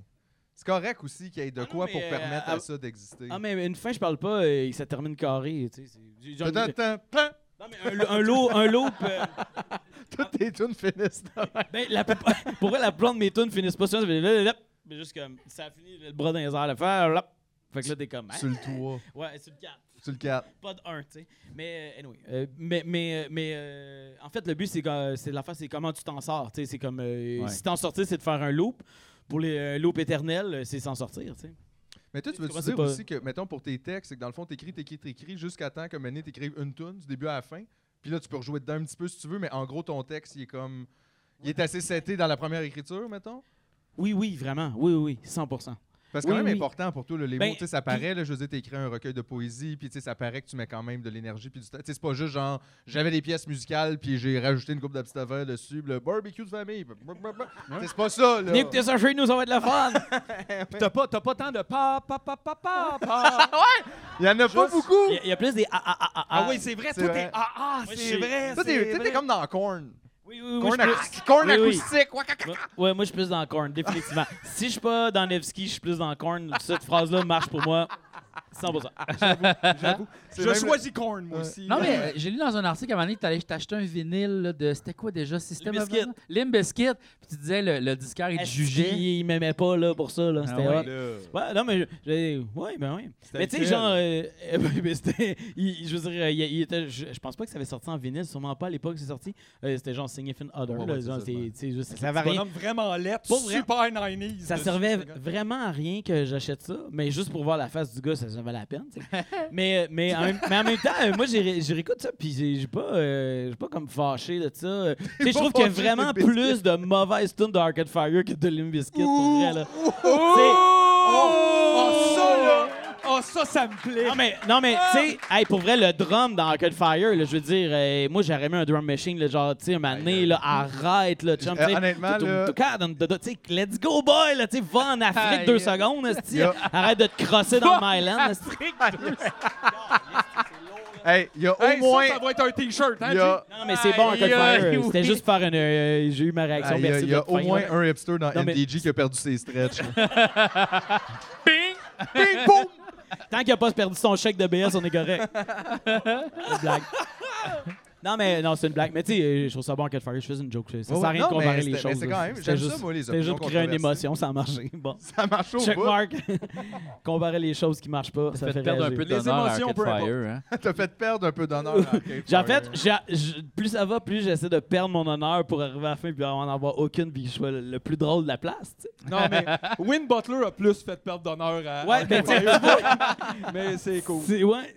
C'est correct aussi qu'il y ait de
Ah non,
quoi
mais,
pour
euh,
permettre
ah-
à ça d'exister.
Ah, mais une fin, je parle pas, euh, ça termine carré. tu sais, c'est- j'ai- j'en ai-
Attends, attends, plan,
Non, mais un, un loop. Un loop euh, Ah.
toutes tes tunes finissent dans-
ben, la, plupart- pourquoi la plante de mes tunes finissent pas sur ça? fait là, là, là, Mais juste comme, ça finit le bras dans les airs, le faire. là. Fait que là, t'es comme. hein?
Sur le 3,
Ouais, sur le 4.
sur le 4.
Pas de 1, tu sais. Mais, euh, anyway. euh, mais, mais, euh, mais euh, en fait, le but, c'est que euh, c'est de l'affaire, c'est comment tu t'en sors. Tu sais, c'est comme. euh,
Ouais.
Si t'en sortir, c'est de faire un loop. Pour les euh, loops éternels, euh, c'est s'en sortir, tu sais.
Mais toi, tu veux
Comment c'est
dire
pas-
aussi que, mettons, pour tes textes, c'est que dans le fond, t'écris, t'écris, t'écris jusqu'à temps que Mané t'écrive une tune du début à la fin. Puis là, tu peux rejouer dedans un petit peu si tu veux, mais en gros, ton texte, il est comme. Il est assez seté dans la première écriture, mettons.
Oui, oui, vraiment. Oui, oui, oui, 100
Parce que c'est
Oui,
quand même
oui.
important pour toi, là, les
Ben,
mots, tu sais, ça paraît, là, je veux dire, t'écris un recueil de poésie, puis tu sais, ça paraît que tu mets quand même de l'énergie, puis du temps. Tu sais, c'est pas juste genre, j'avais des pièces musicales, puis j'ai rajouté une coupe petites affaires dessus, puis le barbecue de famille. puis brr, brr, brr. Tu sais, C'est pas ça, là.
Venez écouter ça chez nous, ça va être le fun!
Puis t'as pas, t'as pas tant de pa pa pa pa pa pa.
Il y en a pas beaucoup.
Il y, a- il y a plus des ah ah ah ah.
ah oui, c'est vrai,
C'est
tout
vrai.
est ah ah,
Moi, je
c'est
suis-
vrai.
Toi,
c'est
t'es- toi,
vrai.
t'es comme dans Corn.
Oui, oui, oui.
Corn,
je suis
ac- corn
oui, oui.
acoustique. Ouakaka.
plus- Ouais, moi, je suis plus dans Korn, définitivement. si je suis pas dans Nevsky, je suis plus dans Korn. Cette phrase-là marche pour moi 100%. Hein?
J'avoue.
C'est
Je
même le-
choisis Korn, moi aussi.
Non, mais euh, j'ai lu dans un article à un moment donné que t'allais t'acheter un vinyle là, de. C'était quoi déjà System of a
Bizkit.
Down? Limp Bizkit. Puis tu disais le, le disqueur, il te
Est-ce
jugeait.
qu'il- Il m'aimait pas, là, pour ça,
Ah
là. C'était
ouais,
hot. Ouais, non, mais. je- je- ouais, ben oui. Mais tu sais,
lequel?
genre. euh, euh, ben, ben, c'était. il- Je veux dire, il, il était, je, je pense pas que ça avait sorti en vinyle, sûrement pas à l'époque que c'est sorti. Euh, c'était genre Significant Other.
Ouais,
là,
ouais, c'est
genre,
ça,
c'est-
ouais.
tu sais, juste- ça
Un
avait rien.
bonhomme vraiment lettre,
Pas vrai.
super 90s.
Ça
de-
servait vraiment à rien que j'achète ça, mais juste pour voir la face du gars, ça ça valait la peine. tu sais. mais, euh, mais, en même, mais en même temps, euh, moi, j'ai ré- j'ai réécoute ça, puis j'ai j'ai pas, euh, j'ai pas comme fâché de ça. Euh, tu sais, Je
pas
trouve qu'il y a
fâché de
vraiment
Limp Bizkit.
plus de mauvaises tunes de Arcade Fire que de Limp Bizkit, pour vrai. Là. Tu sais,
Oh, ça, là! Oh, ça, ça me plaît.
Non, mais, non, mais tu sais, hey, pour vrai, le drum dans Arcade Fire, là, je veux dire, euh, moi, j'aurais aimé un drum machine, là, genre, tu sais, un moment donné, là, arrête, là, chum, tu sais.
Euh, honnêtement,
Tum,
là-
tum, tum, tum, tum, tu sais, let's go, boy, là, tu sais, va en Afrique deux secondes, esti.
Yeah.
Arrête de te crosser dans le Myland, esti.
Hey, il y a au
Hey, ça,
moins.
ça, va être un T-shirt, hein,
il y a-
Non, mais c'est bon, Arcade
Aïe,
Fire.
aïe,
C'était
oui.
juste faire une. euh, J'ai eu ma réaction,
Ah, Il y a,
merci
il y a
d'être
au
fin.
moins un hipster dans
Non, mais-
MDG qui a perdu ses stretches. Ping! Ping! Boum!
Tant qu'il a pas perdu son chèque de BS, on est correct. Une blague. Non, mais non, c'est une blague. Mais tu sais, euh, je trouve ça bon Arcade Fire. Je faisais une joke. Ça sert à
Ouais,
rien
non,
de
mais
comparer les
c'était-
choses.
mais c'est quand
là.
même-
C'était
j'aime
juste-
ça, moi, les
C'était juste
opinions
créer une
controversées.
émotion, ça a marché. Bon.
Ça marche au bout.
Checkmark. Comparer les choses qui marchent pas, ça,
Ça
fait
fait perdre un
réagir.
peu
Les
d'honneur à
émotions,
Arcade
peu importe.
Fire. Hein?
T'as fait perdre un peu d'honneur. à Arcade
J'ai- En
Fire.
fait, j'ai- j'ai- plus ça va, plus j'essaie de perdre mon honneur pour arriver à la fin puis en avoir aucune puis que je sois le, le plus drôle de la place. tu sais.
Non, mais Win Butler a plus fait perdre d'honneur
Ah,
à.
Ouais,
à
mais
Arcade
tu-
Fire. mais c'est cool.
C'est ouais,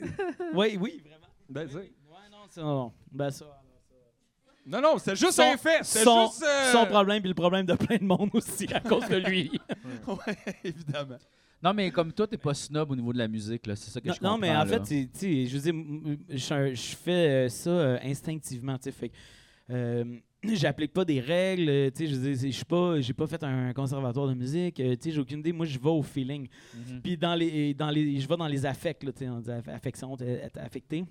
ouais, oui, vraiment.
Ben, c'est-
Ouais, non, c'est non, non. Ben ça. alors.
non, non, c'est juste
Son-
un fait. C'est
son,
juste. euh,
son problème puis le problème de plein de monde aussi à cause de lui.
Évidemment.
Non, mais comme toi, t'es pas snob au niveau de la musique, là. C'est ça que
non,
je comprends.
non, mais
là.
en fait, tu tu sais, je veux dire, m- m- je suis un- je fais euh, ça euh, instinctivement, tu sais, fait que, euh, j'applique pas des règles, euh, tu sais, je veux dire, c'est- je suis pas, j'ai pas fait un conservatoire de musique, euh, tu sais, j'ai aucune idée, moi, je vais au feeling.
Mhm.
Puis dans les, dans les, je vais dans les affects, là, tu sais, on dit aff- affection, t'es- être affecté.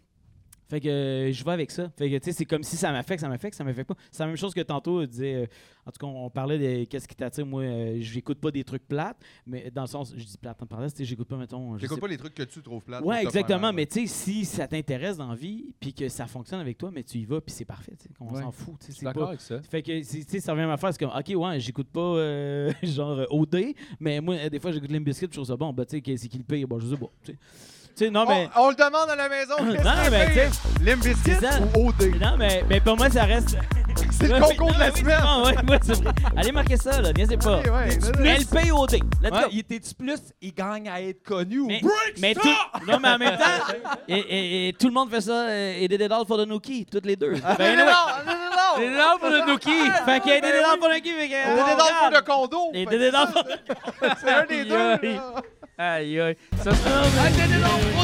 Fait que euh, je vais avec ça. Fait que tu sais, c'est comme si ça m'affecte, ça m'affecte, ça m'affecte pas. C'est la même chose que tantôt, euh, disait, euh, en tout cas, on, on parlait de qu'est-ce qui t'attire. Moi, euh, j'écoute pas des trucs plates, mais dans le sens, je dis plate en parlant, tu sais, j'écoute pas, mettons. je sais
J'écoute pas hein, les trucs que tu trouves plates. pour te
Ouais,
faire
exactement.
mal.
Mais tu sais, si ça t'intéresse dans la vie, puis que ça fonctionne avec toi, mais tu y vas, puis c'est parfait. tu sais, qu'on
Ouais.
s'en fout.
Je
tu sais, c'est
suis d'accord
pas-
avec ça.
Fait que c'est- tu sais, ça revient à ma phrase c'est comme, ok, ouais, j'écoute pas euh, genre euh, OD, mais moi, euh, des fois, j'écoute Limp Bizkit, je trouve ça bon. Bah, tu sais, que- c'est qui le pire Bon, je sais pas. Tu sais. Tu sais, non,
On,
mais.
on le demande à la maison. Oh, qu'est-ce
Non,
que
mais
c'est?
tu
Limp Bizkit
c'est ça.
ou OD?
Non, mais, mais pour moi, ça reste.
C'est
Ouais,
le
oui,
concours de
non,
la
mais oui,
semaine.
c'est bon, ouais, ouais, c'est vrai. Allez marquer ça, là, niaisez pas.
Ouais, ouais, non, non.
LPOD, let's
Ouais,
go.
il était-tu plus, il gagne à être connu ou.
Mais,
Break
mais
ça!
tout- non, mais en même temps, et, et- et tout le monde fait ça, et et des dédales for the Nookie, toutes les deux. Ben,
Non,
anyway.
non, non, non.
Des dédales pour le Nookie.
Ah,
Fait qu'il y a des dédales pour le Nookie. fait que-
Des dédales pour le
Regarde.
condo.
Des
Fait que
dédales pour
C'est un des deux.
Aïe,
là.
Aïe, aïe. Ça, c'est-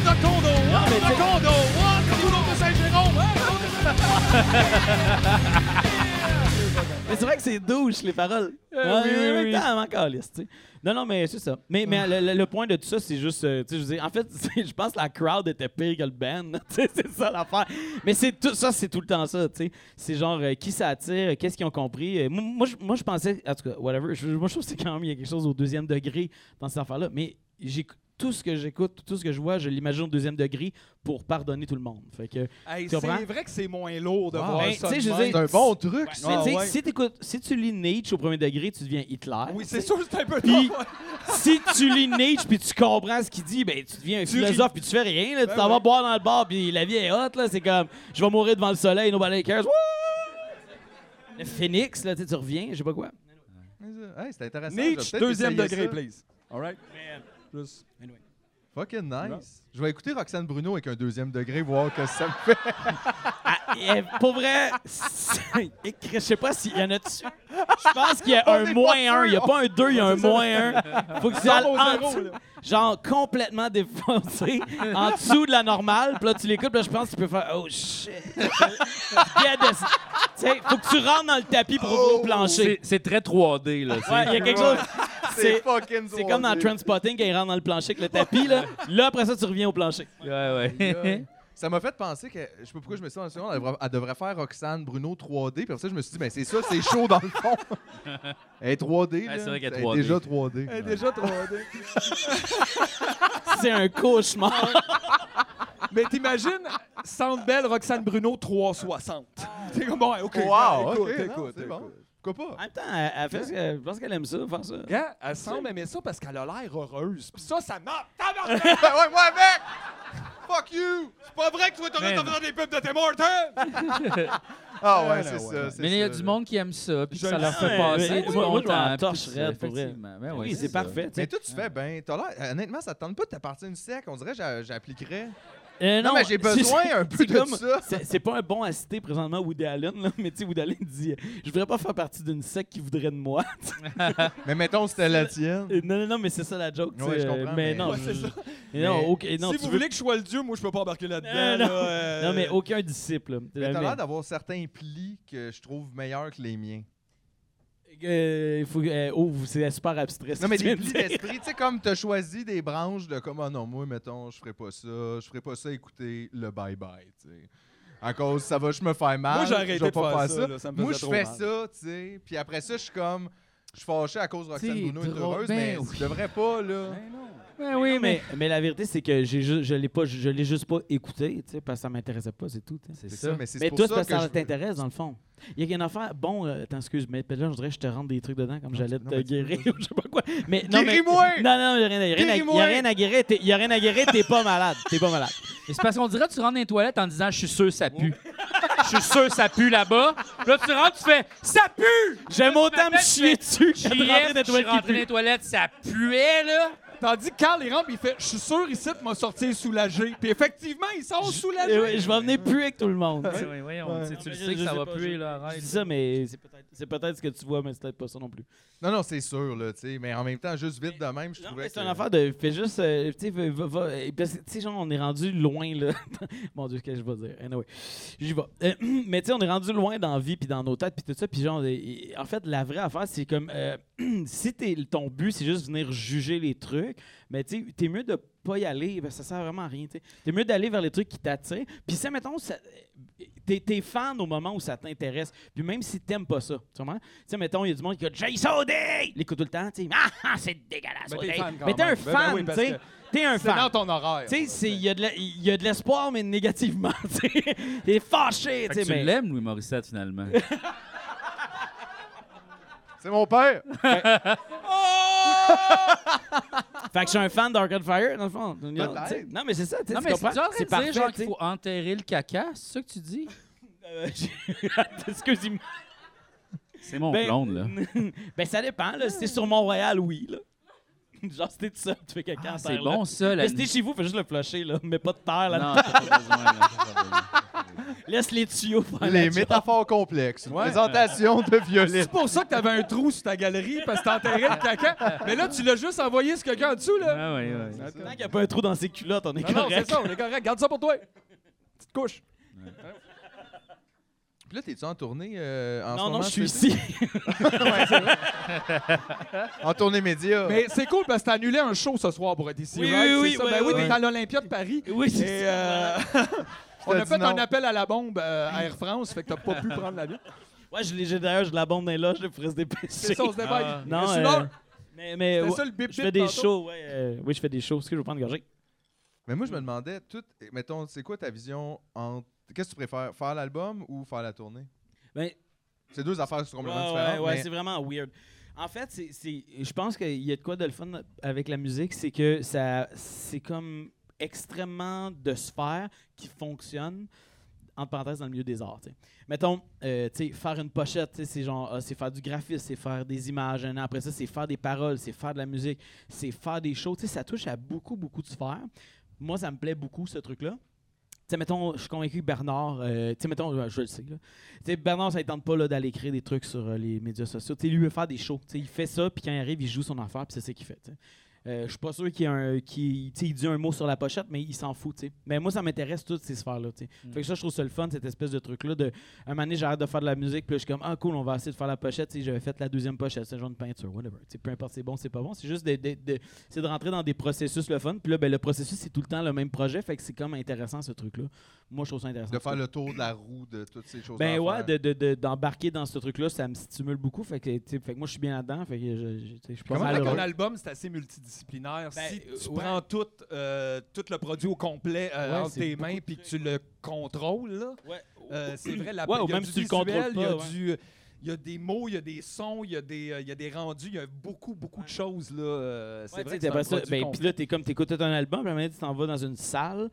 Mais c'est vrai que c'est douche, les paroles.
Euh, oui, oui,
en même
oui.
temps, elle m'en calisse, tu sais. Non, non, mais c'est ça. Mais, mais le, le- le point de tout ça, c'est juste. euh, tu sais, je veux dire, en fait, c'est- je pense que la crowd était pire que le band. tu sais, c'est ça l'affaire. Mais c'est tout ça, c'est tout le temps ça, tu sais. C'est genre, euh, qui ça attire, qu'est-ce qu'ils ont compris. Euh, moi, moi, je- moi, je pensais. En tout cas, whatever. Je, moi, je trouve que c'est quand même, il y a quelque chose au deuxième degré dans cette affaire-là. Mais j'ai. Tout ce que j'écoute, tout ce que je vois, je l'imagine au deuxième degré pour pardonner tout le monde. Fait que,
Hey,
Tu comprends?
c'est vrai que c'est moins lourd de
Wow.
voir
Ben,
ça.
tu
de
sais, je veux
même.
C'est un bon truc. ça.
Ah
Mais tu sais,
ouais.
si, t'écoutes- si tu lis Nietzsche au premier degré, tu deviens Hitler.
Oui, c'est sûr, c'est un peu
Puis-
lourd.
si tu lis Nietzsche puis tu comprends ce qu'il dit, ben tu deviens un philosophe puis tu fais rien.
Ben
Là, tu t'en vas boire dans le bar puis la vie est hot. là. C'est comme je vais mourir devant le soleil, nobody cares. Wouh! Le phénix, là, tu sais, tu reviens, je sais pas quoi.
Hey, c'est intéressant. je vais
Nietzsche,
peut-être
deuxième
essayer
degré,
ça.
please. All right? Juste-
Fucking nice. Je vais écouter Roxane Bruno avec un deuxième degré, voir que ça me fait.
Et, euh, pour vrai, c'est- je sais pas s'il y en a dessus. Je pense qu'il y a
On est
un
pas
moins
sûr.
un. Il y a pas un deux, il y a un moins un. Faut que tu ailles
Zéro,
en
zéro,
dessous.
là.
genre complètement défoncé, en dessous de la normale. Puis là, tu l'écoutes, puis là, je pense que tu peux faire Oh shit! Get this. Tu sais, faut que tu rentres dans le tapis pour ouvrir
Oh,
le
C'est-
plancher.
C'est très 3D, là.
Ouais, il y a quelque chose.
C'est
C'est
fucking
c'est comme dans
drôle.
Transpotting quand il rentre dans le plancher avec le tapis. Là, là après ça, tu reviens au plancher.
Ouais, ouais.
Ça m'a fait penser que, je sais pas pourquoi je me suis dit, en seconde, elle devrait, elle devrait faire Roxane Bruno 3D. Puis après ça, je me suis dit, ben c'est ça, c'est chaud dans le fond. elle est 3D.
Ah,
là.
c'est vrai qu'elle est
Elle
3D.
déjà 3D.
Elle est déjà 3D.
C'est un cauchemar.
Mais t'imagines, Sound Belle, Roxane Bruno, 360. T'es comme, bon, ouais, OK.
Ah. Wow,
écoute,
ok,
écoute,
non, c'est
écoute.
bon. Pourquoi pas?
En même temps, elle, elle fait ce que- je pense qu'elle aime ça, faire ça.
Gars, Hein? elle semble aimer ça parce qu'elle a l'air heureuse. Puis ça, ça m'a.
ben ouais, moi avec! Fuck you!
C'est pas vrai que tu vas
Mais-
t'en des pubs de Tim Hortons!
Ah
Ah,
ouais, c'est
là, ouais.
ça. c'est
Mais il y a
ça,
du
là.
monde qui aime ça, puis que
Je
ça
le
leur fait
sais,
passer
mais
du
moi-
bon
moi, je m'en
temps. puis
torche
tout
raide,
ça,
pour vrai.
effectivement. Ben ouais,
oui, c'est
ça.
parfait. tu
Mais
sais.
toi, tu fais bien. T'as l'air- Honnêtement, ça te tente pas de t'appartenir une sec. On dirait que j'a- j'appliquerais.
Euh,
Non, mais j'ai besoin
c'est-
un peu
c'est
de ça.
C'est, c'est pas un bon à citer présentement Woody Allen, là, mais tu sais, Woody Allen dit euh, Je voudrais pas faire partie d'une secte qui voudrait de moi.
Mais mettons, c'était la tienne.
Euh, non, non, non, mais c'est ça la joke. tu sais,
Ouais, je
euh,
comprends,
Mais
mais-
non,
Ouais,
je-
c'est ça.
mais non,
Mais
ok, non,
si
tu
vous
veux-
voulez que je sois le dieu, moi, je peux pas embarquer là-dedans.
Euh,
là,
non.
euh.
Non, mais aucun disciple. là.
Mais t'as
Mais-
l'air d'avoir certains plis que je trouve meilleurs que les miens.
Euh, il faut, euh, oh, c'est super abstrait. ce
Non, mais
que tu
des
viens
plis
de dire.
d'esprit, tu sais, comme t'as choisi des branches de comme, ah non, moi, mettons, je ferais pas ça, je ferais pas ça, écouter le bye-bye, tu sais. À cause, ça va, je me fais mal.
Moi, j'ai
je
arrêté
vais
de
pas
faire ça, là, ça me
moi,
faisait
je
trop
fais
mal.
ça, tu sais. Puis après ça, je suis comme, je suis fâché à cause Roxane
C'est
Bruno est
drôle,
heureuse,
ben
mais
oui.
tu devrais pas, là.
Ben oui, mais, mais la vérité, c'est que j'ai ju- je l'ai pas, je l'ai juste pas écouté, tu sais, parce que ça m'intéressait pas, c'est tout. tu sais.
C'est
C'est
ça.
ça, mais c'est
Mais
pour
toi, c'est
ça
parce
que
que ça
je veux-
t'intéresse, dans le fond. Il y a une affaire. Bon, euh, attends, excuse, mais là, je voudrais que je te rende des trucs dedans, comme j'allais
tu- non,
te
mais tu peux
guérir, ou je sais pas quoi. Mais, non, mais, non,
Guéris-moi!
non, il n'y a, rien à- y a rien à- y
Guéris-moi!
a rien à guérir. t'es- Y a rien à guérir, t'es pas malade. T'es pas malade.
Mais c'est parce qu'on dirait que tu rentres dans les toilettes en disant « Je suis sûr ça pue. Je suis sûr ça pue là-bas. » Là, tu rentres, tu fais « Ça pue! »
J'aime autant me
m'appelle,
chier dessus que
J'y
de
ai,
rentrer dans
je
les
suis
toilettes qui
rentré dans les
puent.
toilettes, ça puait, là.
Tandis que Carl, il rentre, puis il fait Je suis sûr, ici, tu m'as sorti soulagé. Puis effectivement, il sort soulagé.
Eh ouais, Je vais venir puer avec tout le monde. tu sais.
Tu le
Je-
sais
je
que ça
sais
va
pas,
puer,
je-
là,
Je
arrête.
dis ça, mais c'est peut-être- c'est peut-être ce que tu vois, mais c'est peut-être pas ça non plus.
Non, non, c'est sûr, là, tu sais. Mais en même temps, juste vite de même, je
Non,
trouvais
mais
que...
c'est une affaire de. Fais juste. euh, tu sais, va- va- va- euh, parce que, tu sais, genre, on est rendu loin, là. Mon Dieu, qu'est-ce que je vais dire? Anyway, j'y vais. Euh, mais, tu sais, on est rendu loin dans la vie, puis dans nos têtes, puis tout ça. Puis, genre, euh, et- en fait, la vraie affaire, c'est comme. euh, si t'es- ton but, c'est juste venir juger les trucs, mais, tu sais, t'es mieux de pas y aller, parce que ça sert vraiment à rien, tu sais. T'es mieux d'aller vers les trucs qui t'attirent. Puis, ça, mettons, ça. euh, T'es, t'es fan au moment où ça t'intéresse. Puis même si t'aimes pas ça, tu comprends? Tu sais, mettons, il y a du monde qui dit Jay Saudet! Il l'écoute tout le temps, tu sais. Ah, ah, c'est dégueulasse!
Mais t'es
Saudet.
fan quand
Mais t'es un
même. Ben, ben
fan,
oui,
tu
parce
sais.
que
T'es un
C'est dans
fan.
ton horaire.
Tu sais, c'est- il y a de la- il y a de l'espoir, mais négativement. tu sais. T'es
Fait
fâché, tu
que
sais.
tu
mais-
l'aimes, Louis Morissette, finalement.
C'est mon père!
Fait que je suis un fan d'Arcade Fire, dans le fond. Tu sais, Non, mais c'est ça, tu sais,
Non,
tu
mais c'est
comprends?
tu es en train de
parfait,
dire genre
tu sais.
qu'il faut enterrer le caca, c'est ça que tu dis?
Euh, j'ai- Excusez-moi.
C'est mon
Ben-
blonde, là.
Ben, ça dépend, là. Si t'es sur Mont-Royal, oui, là. Genre, si t'es tout seul, tu fais quelqu'un
Ah, c'est bon, ça, la...
Mais si t'es chez vous, fais juste le flusher, là. Mets pas de terre, là.
Non, t'as pas besoin, là, t'as pas besoin.
Laisse les tuyaux faire la
Les
job.
métaphores complexes. Une Présentation de
C'est
Violette.
pour ça que t'avais un trou sur ta galerie parce que t'enterrais le caca. Mais là, tu l'as juste envoyé ce caca en dessous, là.
Ah, ouais, ouais.
Tant qu'il n'y a pas un trou dans ses culottes, on est
Non, non, c'est
correct.
ça, on est correct. Garde ça pour toi. Petite couche.
Puis là, t'es-tu en tournée euh, en ce
non,
moment?
non, je suis
cet été?
ici.
En tournée média.
Mais c'est cool parce que t'as annulé un show ce soir pour être ici.
Oui,
right?
oui,
C'est
oui,
ça.
oui,
ben
oui,
oui,
oui.
t'es à l'Olympia de Paris.
Oui,
Et,
c'est ça.
euh, on
Je
a
te
fait
dis non.
un appel à la bombe euh, à Air France, fait que t'as pas pu prendre l'avion.
Ouais, je l'ai- j'ai d'ailleurs, je la bombe dans les loges, je pourrais se dépêcher.
C'est ça, on se débaille.
Non,
C'est
euh,
l'heure.
mais, mais
C'est
ouais,
ça le bip
je fais des shows, ouais. euh, oui, je fais des shows. Est-ce que je vais prendre une gorgée?
Mais moi, je me demandais, tout, mettons, c'est quoi ta vision entre. Qu'est-ce que tu préfères, faire l'album ou faire la tournée?
Ben,
C'est deux affaires complètement
ouais,
différentes.
ouais,
mais-
c'est vraiment weird. En fait, c'est, c'est- je pense qu'il y a de quoi de le fun avec la musique, c'est que ça, c'est comme extrêmement de sphères qui fonctionnent, entre parenthèses, dans le milieu des arts. tu sais. Mettons, euh, tu sais, faire une pochette, tu sais, c'est genre, ah, c'est faire du graphisme, c'est faire des images. hein, après ça, c'est faire des paroles, c'est faire de la musique, c'est faire des shows. Tu sais, ça touche à beaucoup, beaucoup de sphères. Moi, ça me plaît beaucoup, ce truc-là. Tu sais, mettons, je suis convaincu que Bernard, euh, tu sais, mettons, je, je le sais, là, tu sais, Bernard, ça ne tente pas là, d'aller écrire des trucs sur euh, les médias sociaux. Tu sais, lui, il veut faire des shows. Tu sais, il fait ça, puis quand il arrive, il joue son affaire, puis c'est ça qu'il fait. tu sais. Euh, je suis pas sûr qu'il y ait un, qu'il- tu sais, il dit un mot sur la pochette, mais il s'en fout. tu sais. Mais moi, ça m'intéresse toutes ces sphères-là. tu sais. Fait que ça, je trouve ça le fun, cette espèce de truc-là. De, un moment donné, j'arrête de faire de la musique, puis là, je suis comme, ah cool, on va essayer de faire la pochette. Tu sais, J'avais fait la deuxième pochette, ce genre de peinture, whatever. Tu sais, peu importe, c'est bon, c'est pas bon. C'est juste de, de- de- c'est de rentrer dans des processus le fun. Puis là, ben, le processus, c'est tout le temps le même projet. Fait que c'est comme intéressant, ce truc-là. Moi, je trouve ça intéressant.
De faire le tour de la roue, de toutes ces choses
Ben ouais, de- de- de- d'embarquer dans ce truc-là, ça me stimule beaucoup. Fait que, tu sais, fait que moi, je suis bien là-dedans. Fait que je, je- tu sais, je suis pas
Comment
mal
avec
heureux.
un album, c'est assez multidisciplinaire.
Ben,
si
euh,
tu
ouais.
prends tout, euh, tout le produit au complet euh,
Ouais,
entre
c'est
tes
beaucoup
mains puis que tu le contrôles, là,
Ouais.
euh, c'est vrai, la
Ouais, ou
il y a
même
du
si tu le
visuel,
contrôles
il y a
pas, ouais.
du- il y a des mots, il y a des sons, il y a des, euh, il y a des rendus, il y a beaucoup, beaucoup de choses. Là, euh, c'est
Ouais,
vrai
tu
que c'est
sais,
un
après ça,
produit
ben,
complet.
puis là, t'es comme, t'écoutes tout un album, puis à un moment donné, tu t'en vas dans une salle,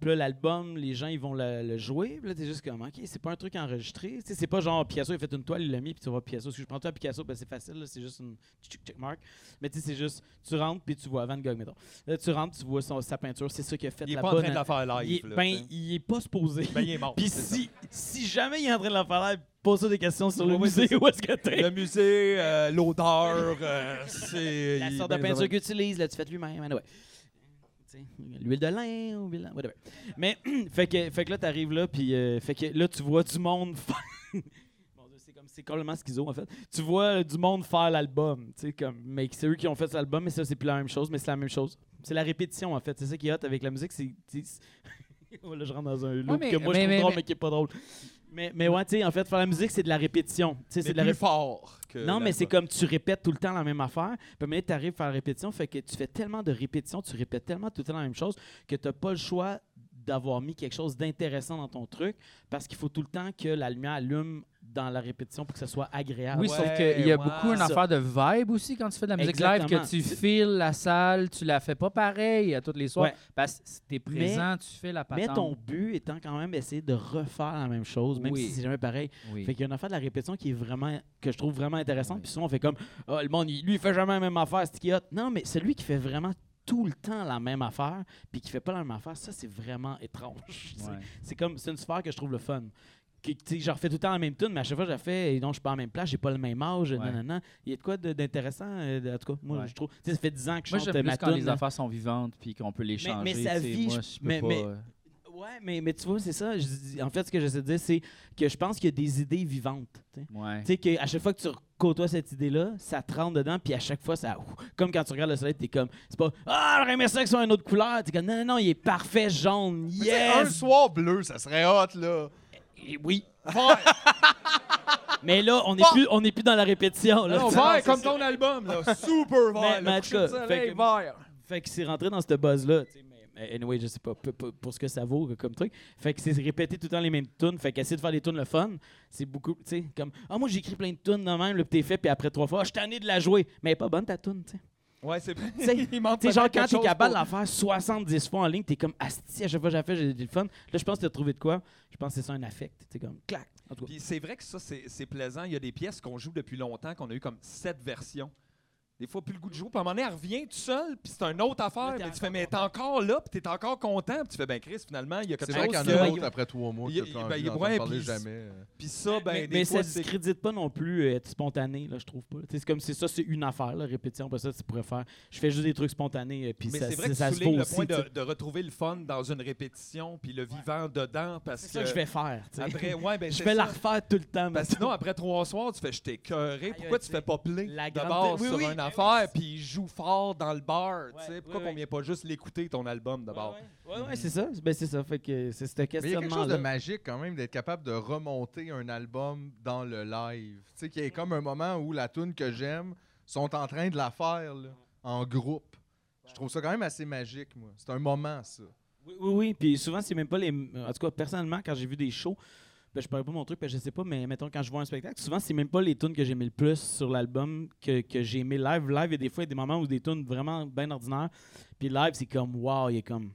puis là, l'album, les gens, ils vont le, le jouer, puis là, t'es juste comme, OK, c'est pas un truc enregistré, tu sais, c'est pas genre Picasso, il a fait une toile, il l'a mis, puis tu vas Picasso, si je prends toi à Picasso, ben, c'est facile, là, c'est juste une check check mark, mais tu sais, c'est juste, tu rentres, puis tu vois Van Gogh, mettons, là, tu rentres, tu vois son- sa peinture, c'est ça qu'il a fait,
il est
la
pas en
bonne-
train de la faire
il est-
live. là,
ben,
tu sais.
il est pas supposé.
Ben, il est mort.
Puis
c'est
si, si jamais il est en train de la faire live, pose-toi des questions sur le
Ouais, ouais,
musée,
c'est
où est-ce que
ça. Le
t'es?
musée, euh, l'odeur, euh, c'est.
La
il-
sorte de
ben,
peinture qu'il utilise, là, tu fais lui-même. anyway. Tu sais, L'huile de lin ou l'huile de lin, whatever. Mais, fait que, fait que là, t'arrives là, puis euh, fait que là, tu vois du monde faire. Mon Dieu, c'est comme- C'est complètement schizo, en fait. Tu vois euh, du monde faire l'album. tu sais, comme, Mais c'est eux qui ont fait cet album, mais ça, c'est plus la même chose, mais c'est la même chose. C'est la répétition, en fait. C'est ça qui est hot avec la musique. c'est tu sais, c'est- oh, là, je rentre dans un loop
Ouais, mais-
que moi, je
mais- mais-
trouve drôle,
mais-
mais qui est pas drôle. Mais, mais ouais, tu sais, en fait, faire la musique, c'est de la répétition. Tu sais,
C'est
C'est de la
plus
répétition.
fort que.
Non, mais c'est
l'album.
comme tu répètes tout le temps la même affaire. Puis maintenant, tu arrives à faire la répétition. Fait que tu fais tellement de répétitions, tu répètes tellement tout le temps la même chose que tu n'as pas le choix d'avoir mis quelque chose d'intéressant dans ton truc parce qu'il faut tout le temps que la lumière allume dans la répétition pour que ça soit agréable.
Oui,
ouais,
sauf qu'il y
ouais.
a beaucoup une
Ça.
affaire de vibe aussi quand tu fais de la musique live,
Exactement.
que tu files la salle, tu la fais pas pareil à toutes les soirs.
Ouais.
Parce que t'es présent, tu fais la
Mais
patente.
ton but étant quand même essayer de refaire la même chose, même
Oui.
si c'est jamais pareil.
Oui.
Fait qu'il y a une affaire de la répétition qui est vraiment que je trouve vraiment intéressante. Puis souvent on fait comme Ah, le monde, il- lui il fait jamais la même affaire, c'est qui hot. Non, mais celui qui fait vraiment tout le temps la même affaire, puis qui fait pas la même affaire, ça c'est vraiment étrange. C'est-
Ouais.
C'est comme c'est une sphère que je trouve le fun. Que, tu sais, je refais tout le temps la même tune, mais à chaque fois je la fais et donc je suis pas en même place, j'ai pas le même âge,
Ouais.
nanana. Il y a de quoi de- d'intéressant euh, de- en tout cas, moi
Ouais.
je trouve. Tu sais, ça fait 10 ans que je
Moi,
chante
j'aime
euh,
plus
ma
quand
tune.
les
là.
affaires sont vivantes puis qu'on peut les changer.
mais sa
tu sais,
vie,
moi,
je-
je peux
mais-
pas,
mais-
euh,
Ouais, mais, mais tu vois, c'est ça. je dis- en fait, ce que j'essaie de dire, c'est que je pense qu'il y a des idées vivantes. tu sais.
ouais.
Tu sais qu'à chaque fois que tu côtoies cette idée-là, ça te rentre dedans, puis à chaque fois, ça. ouh, comme quand tu regardes le soleil, t'es comme. C'est pas. Ah, j'aurais aimé ça que ce soit une autre couleur. T'es comme. Non, non, non, il est parfait,
Mais
jaune.
t'sais, Un
Yes!
soir bleu, ça serait hot, là.
Et oui.
Vert,
Mais là, on n'est
Bon.
plus, on n'est plus dans la répétition. là.
Non, vert, comme ton album, là. Super
Mais-
vert.
mais en
le
tout
coucher de
cas, fait
soleil
que-
vert.
Fait que c'est rentré dans cette buzz-là. tu sais, mais- mais Anyway, je sais pas peu- peu- pour ce que ça vaut euh, comme truc. Fait que c'est répéter tout le temps les mêmes tunes. Fait qu'essayer de faire des tunes le fun, c'est beaucoup, tu sais, comme Ah, moi j'écris plein de tunes de même, le petit fait, puis après trois fois, Ah, je suis tanné de la jouer. Mais elle est pas bonne ta tune, tu sais.
Ouais, c'est
Tu sais,
Il manque
Tu sais, genre,
peut-être
quand
quelque
t'es
chose
capable de
pour-
la faire 70 fois en ligne, t'es comme, asti, à chaque fois que j'ai fait, j'ai du fun. Là, je pense que t'as trouvé de quoi. Je pense que c'est ça un affect. T'es comme, clac. En tout cas.
Puis c'est vrai que ça, c'est c'est plaisant. Il y a des pièces qu'on joue depuis longtemps, qu'on a eu comme sept versions. Des fois, plus le goût de jouer. Puis à un moment donné, elle revient tout seul, puis c'est une autre affaire.
Là, t'es
mais tu fais, mais t'es encore là, puis t'es encore content. Puis tu fais, ben Chris, finalement, il y a
C'est
quelque
vrai
chose
qu'il y en a
que-
d'autres après trois mois que
Il-
t'as
il-
pas
ben,
envie
il-
d'entendre
ouais,
parler
puis-
jamais. euh.
Puis ça, ben,
mais
des
mais
fois,
ça
c'est...
discrédite pas non plus euh, être spontané, là, je trouve pas. Tu sais, C'est comme, c'est ça, c'est une affaire, la répétition. Après ça, tu pourrais faire. Je fais juste des trucs spontanés, euh, puis
Mais
ça,
c'est vrai que
ça
tu
se fait
soulignes le
aussi.
point
tu sais.
de, de retrouver le fun dans une répétition, puis le vivant dedans, parce
C'est ça que je vais faire. tu sais.
Après, ouais, ben,
Je
c'est
vais la
ça.
refaire tout le temps.
Ben,
mettons.
sinon, après trois soirs, tu fais je t'ai écœuré. Pourquoi
aïe,
tu
tu
fais
sais,
pas play
la
de
grande-
base
Oui,
sur
oui,
une
oui,
affaire,
c'est-
puis il joue fort dans le bar? tu sais?
Ouais,
pourquoi
oui,
qu'on
oui.
vient pas juste l'écouter, ton album, de base?
Ouais, ouais, c'est ça. Ben, c'est ça. Fait que c'est ce
Mais il y a quelque
questionnement
chose de
là.
magique quand même d'être capable de remonter un album dans le live. Tu sais, qu'il y ait comme un moment où la tune que j'aime sont en train de la faire là, en groupe. Je trouve ça quand même assez magique, moi. C'est un moment, ça.
Oui, oui, oui. Puis souvent, c'est même pas les. euh, En tout cas, personnellement, quand j'ai vu des shows, ben, je parlais pas mon truc, ben, je sais pas, mais mettons, quand je vois un spectacle, souvent, c'est même pas les tunes que j'aimais le plus sur l'album que, que j'ai aimé live. Live, il y a des fois, il y a des moments où des tunes vraiment bien ordinaires. Puis live, c'est comme, waouh, il y a comme.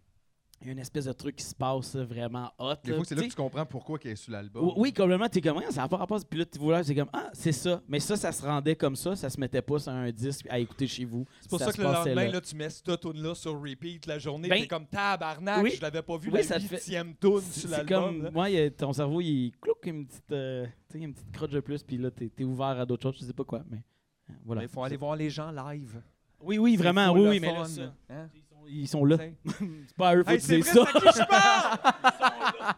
Il y a une espèce de truc qui se passe là, vraiment hot.
Des fois, c'est là que
Euh, Tu sais,
tu comprends pourquoi qu'elle est sur l'album.
oui, oui, complètement. T'es comme, Ah, ça n'a pas rapport. Puis là, tu vois, là, c'est comme, ah, c'est ça. Mais ça, ça se rendait comme ça. Ça se mettait pas sur un disque à écouter chez vous.
C'est pour ça, que
se
le
passait
lendemain,
là.
là, tu mets cette tune-là sur repeat la journée.
Ben,
T'es comme tabarnak,
oui.
je l'avais pas vu
Oui,
la
ça te fait-
huitième tune
C'est-
sur
C'est
l'album.
comme,
là.
moi, ton cerveau, il clouque une petite, euh, tu sais, une petite crotte de plus, puis là, t'es es ouvert à d'autres choses, je sais pas quoi, mais euh, voilà.
Mais il faut aller voir les gens live.
Oui, oui, vraiment,
faut
oui,
le
oui, mais là,
fun.
ça,
Hein?
ils, sont, ils sont là.
T'sais.
C'est pas à eux, faut
Hey,
te
c'est vrai,
dire ça.
c'est à qui je parle?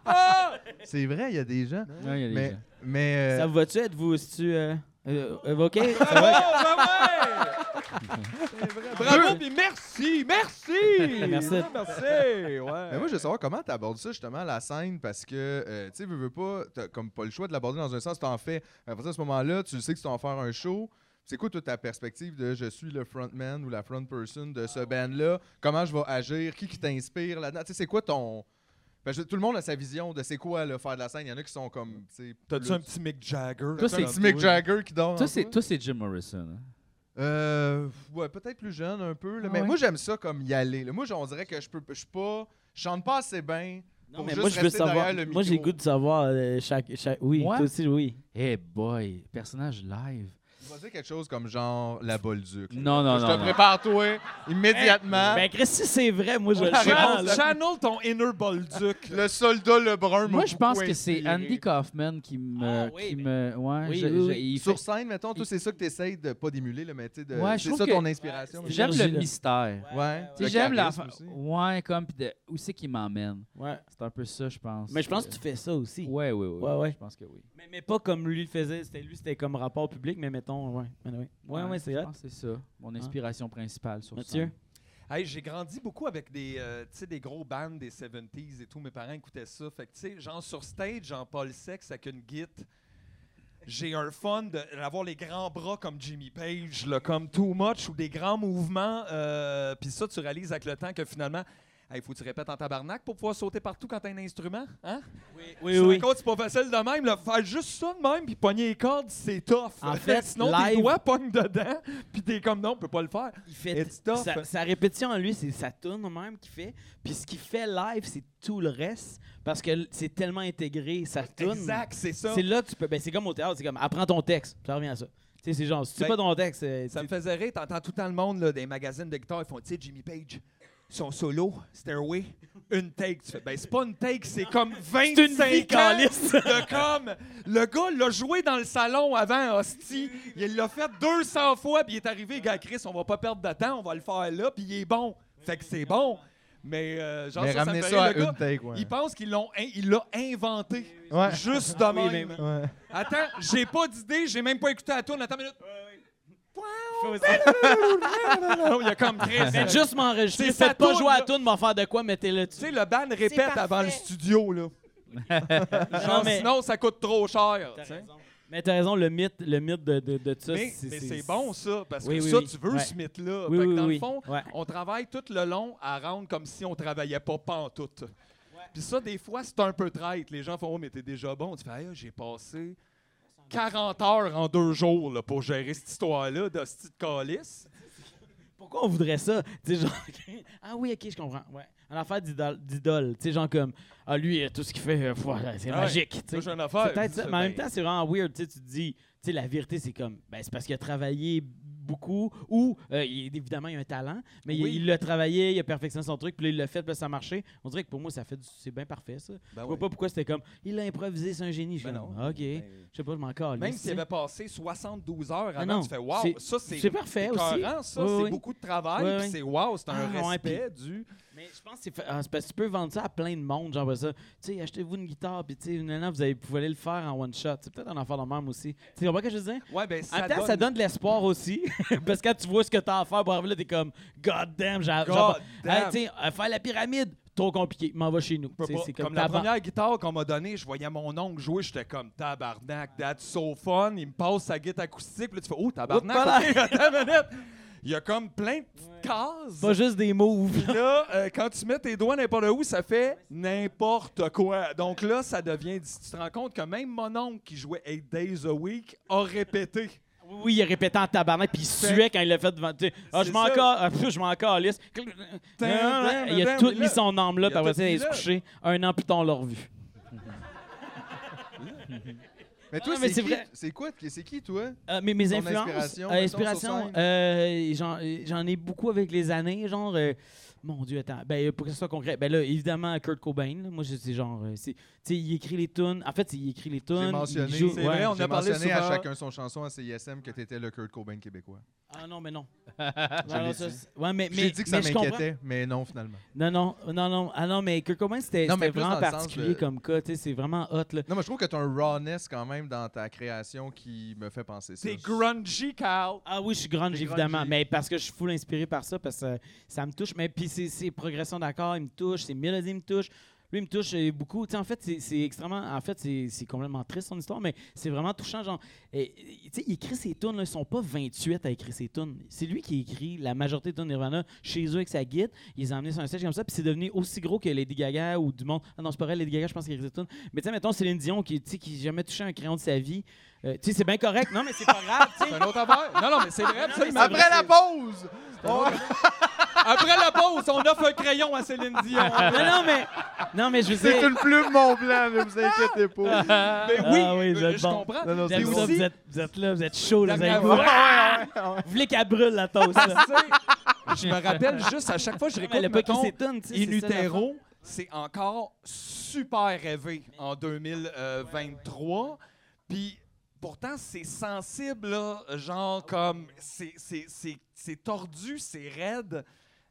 Ah! C'est vrai, il y a des gens.
Non, il y a des
Mais,
gens.
mais euh,
Ça vous va-tu? Êtes-vous, si tu... Euh, euh, euh, OK? Ça
Oh,
va?
ben ouais! Bravo, puis merci, merci!
Merci.
Ouais, Merci,
mais
ouais.
moi, je veux savoir comment tu abordes ça, justement, la scène, parce que, euh, tu sais, veux, veux pas, t'as comme pas le choix de l'aborder dans un sens, t'en fais. À partir de ce moment-là, tu sais que tu vas en faire un show. C'est quoi, toute ta perspective de je suis le frontman ou la front person de
Ah
ce band-là? Comment je vais agir? Qui qui t'inspire là-dedans? Tu sais, c'est quoi ton. Parce que tout le monde a sa vision de c'est quoi, le faire de la scène. Il y en a qui sont comme, tu sais.
T'as-tu
plus-
un petit Mick Jagger?
Toi,
T'as un
c'est-
petit Mick Jagger qui dort.
Toi,
en
c'est-
toi?
Toi, c'est Jim Morrison. hein?
Euh, ouais, peut-être plus jeune un peu. là,
Ah
mais
ouais?
moi, j'aime ça comme y aller. là. Moi, j- on dirait que je peux, je suis pas, je chante pas assez bien.
Non,
pour
mais
juste
moi, je veux
rester derrière
savoir.
le
Moi, j'ai le
micro.
goût de savoir euh, chaque, chaque... Oui,
Moi?
toi aussi, oui.
Eh boy, personnage live.
Tu vas dire quelque chose comme genre la Bolduc. là.
Non, non,
je
non.
te
non.
prépare toi immédiatement.
Ben, Chris, si c'est vrai, moi, je le
la
prends,
Ah. réponse,
là.
Channel ton inner Bolduc.
ben,
le soldat Lebrun. m'a
Moi, je pense
beaucoup
que c'est
inspiré.
Andy Kaufman qui me.
Ah oui,
qui
mais-
me ouais,
Oui,
je-
oui,
je-
oui.
il
Sur
fait-
scène, mettons, toi, c'est ça que tu essayes de pas d'émuler, là, mais tu sais, de-
Ouais, je
c'est
trouve
ça
que-
ton inspiration.
Ouais,
là.
c'est-
J'aime le
Énergie, là.
mystère.
Ouais,
Tu sais,
le
J'aime la.
charisme aussi.
Ouais, comme. Pis de, où c'est qu'il m'emmène
Ouais.
C'est un peu ça, je pense.
Mais je pense que tu fais ça aussi.
Ouais, ouais, ouais.
Ouais, ouais.
Je pense que oui.
Mais, mais pas comme lui le faisait. C'était lui, c'était comme rapport public, mais mettons, ouais. Ouais, ouais, ouais, ouais, c'est
Je
hot.
pense que c'est ça. Mon inspiration principale sur
Mathieu?
scène.
Hey, j'ai grandi beaucoup avec des, euh, tu sais, des gros bands des 70s et tout. Mes parents écoutaient ça. Fait que, tu sais, genre sur stage, genre Paul Sex avec une guite. J'ai un fun de- d'avoir les grands bras comme Jimmy Page, là, comme Too Much, ou des grands mouvements. euh, Puis ça, tu réalises avec le temps que finalement, il faut que tu répètes en tabarnak pour pouvoir sauter partout quand t'as un instrument. Hein?
Oui,
Sur
oui.
un code, c'est pas facile de même. Là. Faire juste ça de même, puis pogner les cordes, c'est tough.
En fait,
sinon,
live-
tes doigts pognent dedans, puis t'es comme non, on peut pas le faire.
Il fait
It's tough.
sa, sa répétition en lui, c'est sa tourne même qu'il fait. Puis ce qu'il fait live, c'est tout le reste parce que l- c'est tellement intégré sa tourne.
Exact, c'est ça.
C'est là que tu peux ben c'est comme au théâtre, c'est comme apprends ton texte. Ça revient à ça. Tu sais c'est genre si tu sais
Ben,
pas ton texte, euh,
Ça
tu-
me faisait rire, t'entends tout le temps le monde là, des magazines de guitare, ils font, tu sais, Jimmy Page, son solo, Stairway, une take. Tu fais, ben c'est pas une take, c'est comme 25
C'est une vie,
ans
câlisse.
de comme. Le gars l'a joué dans le salon avant, hostie. Il l'a fait 200 fois, puis il est arrivé, gars, Chris, on va pas perdre de temps, on va le faire là, puis il est bon. Fait que c'est bon. Mais euh, genre,
Mais
ça, ça me
ramener
fait
ça à
rire, le
une
gars,
take, ouais.
Il pense qu'il l'a inventé.
Ouais.
Juste de
Oui,
même.
mais-
Ouais.
Attends, j'ai pas d'idée, j'ai même pas écouté la tourne. Attends une minute. oh, ben, Il y a comme Chris.
Faites juste m'enregistrer,
C'est sa
faites pas
toune,
jouer à la
là.
tourne, m'en faire de quoi, mettez-le
Tu sais,
dessus.
le ban répète avant le studio, là. Genre,
Non, mais-
sinon, ça coûte trop cher. tu sais.
Mais t'as raison, le mythe, le mythe de, de, de ça,
Mais, mais c'est bon, ça, parce
Oui,
que
oui,
ça,
oui.
tu veux
Ouais.
ce mythe-là.
Oui,
Fait que
oui,
dans
oui.
le fond,
Ouais.
on travaille tout le long à rendre comme si on travaillait pas pantoute. Puis ça, des fois, c'est un peu traite. Les gens font « Oh, mais t'es déjà bon. » Tu fais Ah, j'ai passé 40 heures en deux jours là, pour gérer cette histoire-là de ce de calice.
Pourquoi on voudrait ça? Tu sais, genre, ah oui, ok, je comprends. Ouais. Une affaire d'idole. d'idole. Tu sais, genre comme, ah lui, euh, tout ce qu'il fait, euh, pff, c'est
Ah Ouais.
magique.
Ça,
tu sais.
j'ai une affaire.
C'est peut-être ça, mais en même
Ben,
temps, c'est vraiment weird. Tu sais, tu te dis, tu sais, la vérité, c'est comme, ben, c'est parce qu'il a travaillé beaucoup ou, euh, il- évidemment, il a un talent, mais il-
Oui.
il l'a travaillé, il a perfectionné son truc, puis là, il l'a fait, puis là, ça a marché. On dirait que pour moi, ça fait du- c'est bien parfait, ça.
ben
Je
ouais.
vois pas pourquoi c'était comme, il a improvisé, c'est un génie. Je
Ben
suis
non.
comme, ok, je sais pas, je m'en calme.
Même s'il avait passé 72 heures
Ah
avant,
non,
tu fais wow,
c'est-
ça c'est
c'est parfait aussi.
écœurant, ça,
Oui,
c'est
oui.
beaucoup de travail,
Oui,
puis
oui.
c'est wow, c'est un
Ah, ouais,
respect du.
Mais je pense que c'est fa- ah, c'est parce que tu peux vendre ça à plein de monde, genre ça. Tu sais, achetez-vous une guitare, puis tu sais, nanana, vous, avez- vous pouvez aller le faire en one shot. C'est peut-être un affaire de même aussi. Tu sais, comprends ce que je veux dire?
Ouais, ben
En
ça
même temps,
donne.
ça donne de l'espoir aussi. parce que quand tu vois ce que t'as à faire, pour arriver là, t'es comme, God damn, j'ai.
God damn.
tu sais, euh, faire la pyramide, trop compliqué, m'en va chez nous.
Je peux
Tu sais,
pas.
C'est
Comme,
comme,
la
t'as-
première guitare qu'on m'a donnée, je voyais mon oncle jouer, j'étais comme tabarnak, that's so fun. Il me passe sa guitare acoustique, puis là tu fais oh tabarnak,
Oups, voilà.
ok, attends une minute. Il y a comme plein de petites cases.
Pas juste des moves.
Puis là, euh, quand tu mets tes doigts n'importe où, ça fait n'importe quoi. Donc là, ça devient. Tu te rends compte que même mon oncle qui jouait 8 Days a Week a répété.
Oui, oui, il répétait en tabarnak, puis il suait quand il l'a fait devant. tu sais, Ah, je
C'est
m'en
ça.
ca- ah, pff, je m'en calisse.
tain,
Il a
tain,
tout
mais
mis
là-
son âme
il
là,
a
puis après
tout
ça, il
mis
se
là.
couché. Un an plus tard, on l'a revu.
Mais toi,
Non, mais c'est
c'est qui-
vrai.
c'est quoi? C'est qui, toi?
Euh, mais mes
Ton
influences,
inspiration,
euh,
mettons,
inspiration,
sur scène.
euh, j'en, j'en ai beaucoup avec les années, genre euh, Mon Dieu, attends. Ben, euh, pour que ce soit concret, ben là, évidemment, Kurt Cobain, là, moi, je- c'est genre. euh, c'est- Tu sais, il écrit les tunes. En fait, il écrit les tunes.
J'ai
il
mentionné,
joue-
c'est
ouais.
vrai, on
j'ai
a parlé
mentionné
à
à
chacun
chacun
son chanson à CISM que t'étais le Kurt Cobain québécois.
Ah non, mais non. Non, non, ça, c'est- ouais, mais, mais-
J'ai dit que ça
mais je comprends.
m'inquiétait, mais non, finalement.
Non, non, non, non. Ah non, mais Kurt Cobain, c'était
Non, mais
c'était
plus
vraiment
dans le sens
particulier
de-
comme cas. Tu sais, c'est vraiment hot, là.
Non, mais je trouve que t'as un rawness quand même dans ta création qui me fait penser ça.
C'est grungy, Carl.
Ah oui, je suis grunge,
T'es
évidemment.
grungy.
Mais parce que je suis full inspiré par ça, parce que euh, ça me touche. Mais puis ses, ses progressions d'accords, il me touche. Ses mélodies me touchent. Lui, il me touche euh, beaucoup. Tu sais, en fait, c'est- c'est extrêmement. En fait, c'est c'est complètement triste, son histoire, mais c'est vraiment touchant. Genre, euh, tu sais, il écrit ses tunes. là, Ils sont pas 28 à écrire ses tunes. C'est lui qui écrit la majorité des tunes Nirvana chez eux avec sa guide. Ils les ont emmenés sur un stage comme ça, puis c'est devenu aussi gros que Lady Gaga ou du monde. Ah non, c'est pas vrai, Lady Gaga, je pense qu'il écrit ses tunes. Mais tu sais, mettons, Céline Dion, qui, tu sais, qui jamais touché un crayon de sa vie. Euh, tu sais, c'est bien correct. Non, mais c'est pas grave, tu sais.
C'est un autre affaire. Non, non, mais c'est vrai, absolument.
Après la pause!
Après la pause, on offre un crayon à Céline Dion.
Non, non, mais. Non, mais je
C'est
sais.
une plume, mon blanc, ne vous inquiétez pas.
Mais oui,
Ah oui, vous
euh,
êtes
je
bon.
comprends.
Non, non, c'est
Puis
J'aime ça,
aussi-
vous, êtes, vous êtes là, vous êtes chaud, les
Dernière
amis.
fois.
Vous voulez qu'elle brûle la toast,
Parce
là.
que, tu sais, je me rappelle juste à chaque fois que je
Elle
réécoute
a pas qui
mettons,
s'étonne, tu sais.
In
c'est ça, l'affaire.
Utero, c'est encore super rêvé en 2023. Puis pourtant, c'est sensible, là, genre comme c'est- c'est c'est- c'est tordu, c'est raide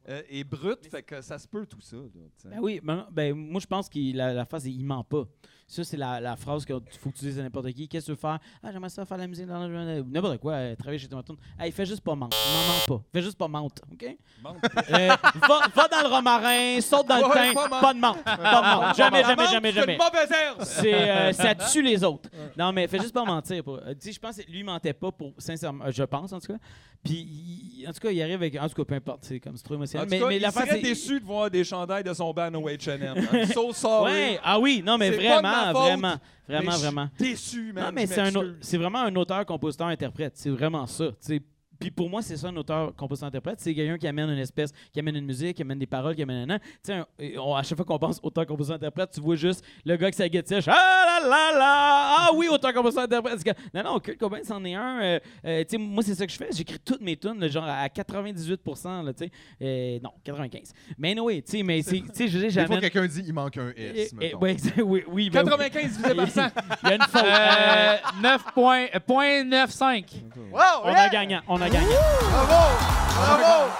euh, et brut. Fait que ça se peut tout ça. là, tu sais.
Ben oui, ben, ben, moi je pense que la, la phrase, c'est il ment pas. Ça, c'est la, la phrase qu'il faut que tu dises à n'importe qui. Qu'est-ce que tu veux faire? Ah, j'aimerais ça faire la musique dans la- N'importe quoi, euh, travailler chez Tom Hey, fais juste pas mentir. Non, ment pas. Fais juste pas mentir, OK? Euh, va, va dans le romarin, saute dans
Ouais, pas
le teint.
menthe.
Pas de menthe. Pas de menthe. Jamais,
La
jamais,
menthe,
jamais,
c'est
jamais.
une mauvaise herbe.
c'est euh, ça tue les autres. Non, mais fais juste pas mentir. pour- euh, Tu sais, je pense que lui il mentait pas pour sincèrement, euh, je pense en tout cas. Puis il- en tout cas, il arrive avec en tout cas peu importe, c'est comme c'est trop
En
émotionnel.
tout
mais
cas,
mais
il
l'affaire,
serait
c'est-
déçu de voir des chandails de son band au H&M. I'm so sorry.
Ouais, ah oui, non mais
C'est pas de
vraiment,
ma faute,
vraiment,
Mais
vraiment,
je suis
vraiment.
Déçu, man.
Non, mais
je
c'est un au-
m'excuse.
c'est vraiment un auteur, compositeur, interprète. C'est vraiment ça. tu sais. Puis pour moi, c'est ça un auteur, compositeur, interprète. C'est quelqu'un qui amène une espèce, qui amène une musique, qui amène des paroles, qui amène un. an. Tu sais, un- et on- à chaque fois qu'on pense auteur, compositeur, interprète, tu vois juste le gars qui sa guette sèche. Ah là là là! Ah oui, auteur, compositeur, interprète. C'est que- Non, non, Kurt Cobain, c'en est un. Euh, euh, tu sais, moi, c'est ça que je fais. J'écris toutes mes tunes, là, genre à 98 là, tu sais. Euh, non, 95 Mais anyway, tu sais, mais c'est- tu sais, je veux dire,
Des fois,
j'amène.
quelqu'un dit il manque un
Eh,
S.
eh,
mettons.
ouais, oui, oui, ben oui.
95 divisé par 100.
Il y a une faute.
Euh, 9 points, euh, point 95.
Wow,
On
yeah!
a gagnant, on a gagnant.
Bravo! Bravo!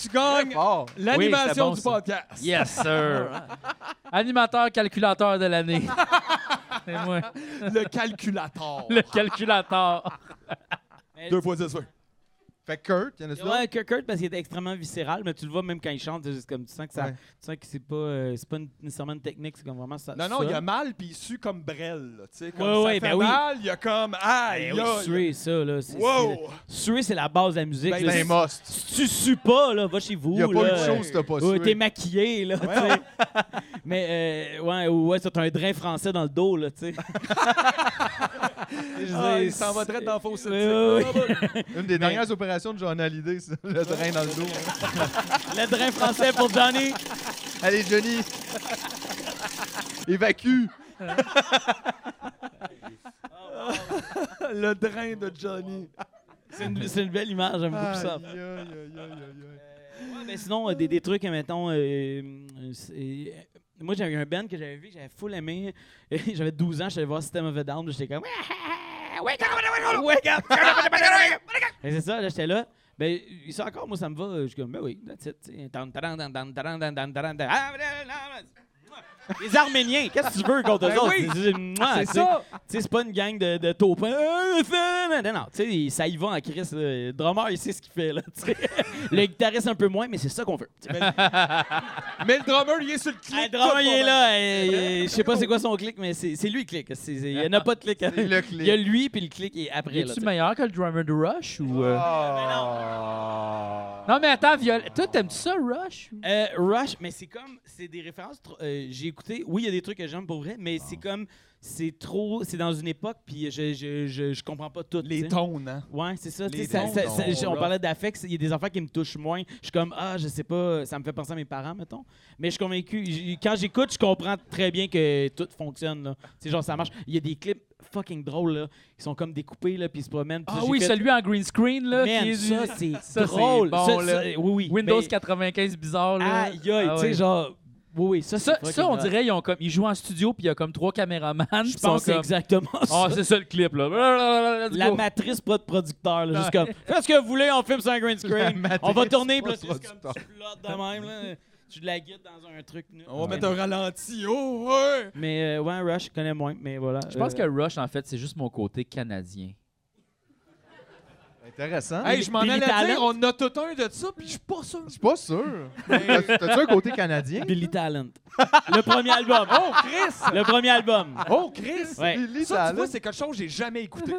Tu
Très
gagnes
fort.
Oui, c'est
l'animation
bon,
du
ça.
podcast.
Yes, sir. Animateur calculateur de l'année. C'est moi.
Le calculateur.
Le calculateur.
Deux fois dix, oui.
Fait que Kurt, y'en a-tu d'autres?
Ouais, Kurt, Kurt, parce qu'il était extrêmement viscéral, mais tu le vois même quand il chante, c'est juste comme tu sens que ça,
Ouais.
tu sens que c'est pas, euh, c'est pas une- nécessairement une technique, c'est comme vraiment ça.
Non, non, il y a mal, puis il sue comme Brel. là, Tu sais, comme
Ouais,
ça
ouais,
fait
ben oui.
mal, il y a comme... Aïe,
Eh oui,
aïe.
suer, ça, là. c'est-
Wow!
c'est- Suer, c'est la base de la musique.
Ben,
là.
C'est un must.
si tu sues pas, là, va chez vous.
Il n'y a pas eu de
là.
show si t'as pas
Ouais, t'es
su.
maquillé, là, tu sais. Mais, euh, ouais, ou ouais, ça, t'as un drain français dans le dos, là, tu sais. Je veux
Ah,
dire,
il s'en va direct dans le faux site.
Ouais, ouais, ouais.
Une des dernières opérations de John Hallyday, c'est le drain dans le dos.
Le drain français pour Johnny.
Allez, Johnny! Évacue!
Le drain de Johnny.
C'est une, c'est une belle image, j'aime beaucoup ça.
Aïe, aïe, aïe, aïe, aïe, aïe.
Mais sinon, euh, des, des trucs, euh, mettons. euh, euh, c'est- euh, moi, j'avais eu un band que j'avais vu, que j'avais full aimé. j'avais 12 ans, je suis allé voir System of a Down. J'étais comme. Wake up! Wake up! Et c'est ça, là, j'étais là. Ben, il sort encore, moi, ça me va. Je suis comme, ben oui, that's it. tu sais. Tan, taran, tan, tan, taran, tan, tan, taran, tan. Ah, Les Arméniens, qu'est-ce que tu veux contre eux autres? C'est- Ben Ah, c'est-
C'est
mouah, tu sais.
ça.
Tu sais, c'est pas une gang de, de taupins. Euh, fais- Non, non, tu sais, ça y va en crise. là. Le drummer, il sait ce qu'il fait. Là, tu sais. le guitariste, un peu moins, mais c'est ça qu'on veut. tu sais.
Mais le drummer, il est sur le clip.
Ah, le drummer, il est là. euh, Je sais pas c'est quoi son clic, mais c'est c'est lui le clic. C'est- c'est- Il y en a pas de clic.
C'est le
Il y a
clip.
lui, puis le clic est après. là,
Es-tu
tu sais.
meilleur que le drummer de Rush ou. euh?
Ah.
Non, mais attends, Viol. Toi, t'aimes-tu ça, Rush? ou-
Euh, Rush, mais c'est comme, c'est des références. trop- euh, J'ai écouté, oui, il y a des trucs que j'aime pour vrai, mais c'est comme, c'est trop. C'est dans une époque, puis je, je, je, je comprends pas tout. tu
Les
sais.
tons, hein?
Ouais, c'est ça. tu
Les
sais, ça-
tons
ça-
sont
ça- j'ai- on
rough.
parlait d'affect, il y a des affaires qui me touchent moins. Je suis comme, ah, je sais pas, ça me fait penser à mes parents, mettons. Mais je suis convaincu, j- quand j'écoute, je comprends très bien que tout fonctionne. là. Tu sais, genre, ça marche. Il y a des clips fucking drôles, là, qui sont comme découpés, là, puis ils se promènent. puis
Ah
j'ai
oui,
fait,
celui en green screen, là.
Man,
qui est-
ça, c'est
ça, c'est
drôle.
bon,
Ça,
là.
ça- oui, oui.
Windows
Mais-
95 bizarre, là.
Aïe, aïe,
Ah
tu sais,
ouais.
genre. Oui, oui, ça,
Ça,
c'est
ça, on
fucking
dirait, ils, ont comme, ils jouent en studio, puis il y a comme trois caméramans. puis
Je
ils sont
pense que c'est
comme-
exactement ça.
Ah, c'est ça le clip, là. Let's
la
go.
matrice pas de producteur, là, juste comme fais ce que vous voulez, on filme sur un green screen. On va tourner, puis là,
pas
c'est
de
juste comme tu flottes de même, là. Tu de la guides dans un truc. là.
On va mettre un ralenti. Oh, ouais!
Mais euh, ouais, Rush, je connais moins, mais voilà.
Je pense
euh,
que Rush, en fait, c'est juste mon côté canadien.
Intéressant.
Hey, je m'en
Billy
allais dire,
Talent.
on a tout un de ça, puis je suis pas sûr.
Je suis pas sûr. T'as- T'as-tu un côté canadien?
Billy Talent. Le premier album. Oh, Chris! Le premier album.
Oh, Chris!
Ouais.
Billy
Ça, tu
Talent.
vois, c'est quelque chose que j'ai jamais écouté.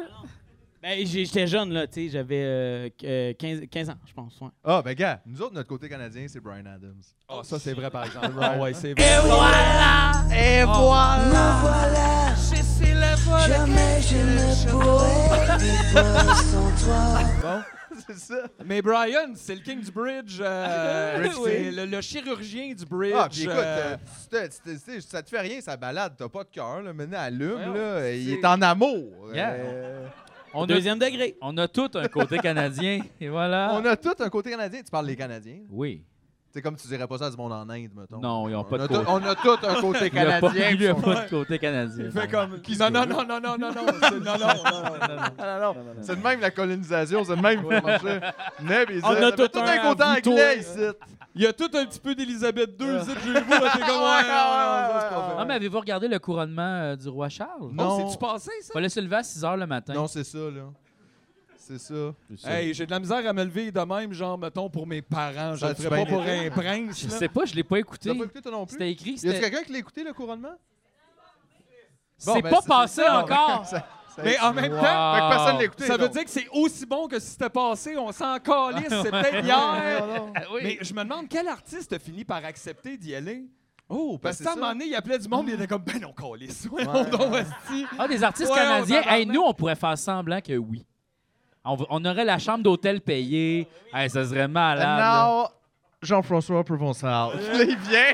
Ben, j'ai- j'étais jeune, là, tu sais, j'avais euh, qu- euh, 15, 15 ans, je pense. ouais.
Ah, ben gars, nous autres, notre côté canadien, c'est Brian Adams.
Ah, ça, c'est vrai, par exemple. Ah, ouais, c'est vrai. Ah.
Et voilà, et voilà,
voilà,
c'est c'est le voilà.
jamais je ne pourrais vivre sans toi.
c'est ça.
Mais Brian, c'est le king du bridge. euh,
Bridge,
c'est
Ah, oui.
le, le chirurgien du bridge.
Ah, puis écoute,
euh,
euh, c'était- c'était- c'était- ça te fait rien, sa balade. T'as pas de cœur, là. Maintenant, allume,
Voyons,
là. Il
c'est-
est en amour.
Yeah.
Euh,
On a,
Deuxième degré.
on a tout un côté canadien, et voilà.
On a tout un côté canadien. Tu parles des Canadiens.
Oui.
C'est comme tu dirais pas ça à du monde en Inde, mettons.
Non, ils ont
on
pas de
a
côté.
tout- On a tout un côté
Il y a
canadien.
pas, il
qui
y a
sont-
pas de côté canadien.
euh,
il fait
non.
comme. Non, non, non, non, non, non, non, c'est- non, non, non, non.
Ah, non, non. C'est de même la colonisation, c'est de même que ça marchait. Mais, Ah, mais ça-
On a
ça
tout
fait tout
un
un côté
en vue,
anglais
toi.
ici.
Il y a tout un petit peu d'Elisabeth II, ici, chez vous, là, t'es comme. Ouais, ouais, ouais, ouais, c'est pas
Non, Euh. Ah, mais avez-vous regardé le couronnement euh, du roi Charles?
vrai.
Non.
Oh, c'est-tu passé, ça?
Fallait se lever à 6 h le matin.
Non, c'est ça, là. C'est ça.
Hey, j'ai de la misère à me lever de même, genre, mettons, pour mes parents. Je
Ça
le
a-tu
ferais pas
bien
pour
été?
un prince.
je
là.
sais pas, je l'ai pas
Tu
écouté.
l'as pas écouté, toi non plus?
C'était écrit.
Y a-tu
c'était-
quelqu'un qui l'a écouté, le couronnement?
C'est
ben,
pas
c'est-
passé
c'est-
encore.
Ça- ça-
Mais en même
Wow.
temps,
Fait que personne l'a écouté.
ça veut
donc.
dire que c'est aussi bon que si c'était passé. On s'en calisse, c'est peut-être hier.
Ah
Mais je me demande quel artiste a fini par accepter d'y aller. Oh, parce que
ben, c'est
à un
ça.
moment donné, il appelait du monde, il était comme, ben non, calisse. Ouais, non, non, esti.
Ah, des artistes
Ouais, on
canadiens.
tabarnak.
Hey, nous, on pourrait faire semblant que oui. On, va- on aurait la chambre d'hôtel payée. Hey, ça serait malade.
And
là.
now, Jean-François Provençal. Là, il vient.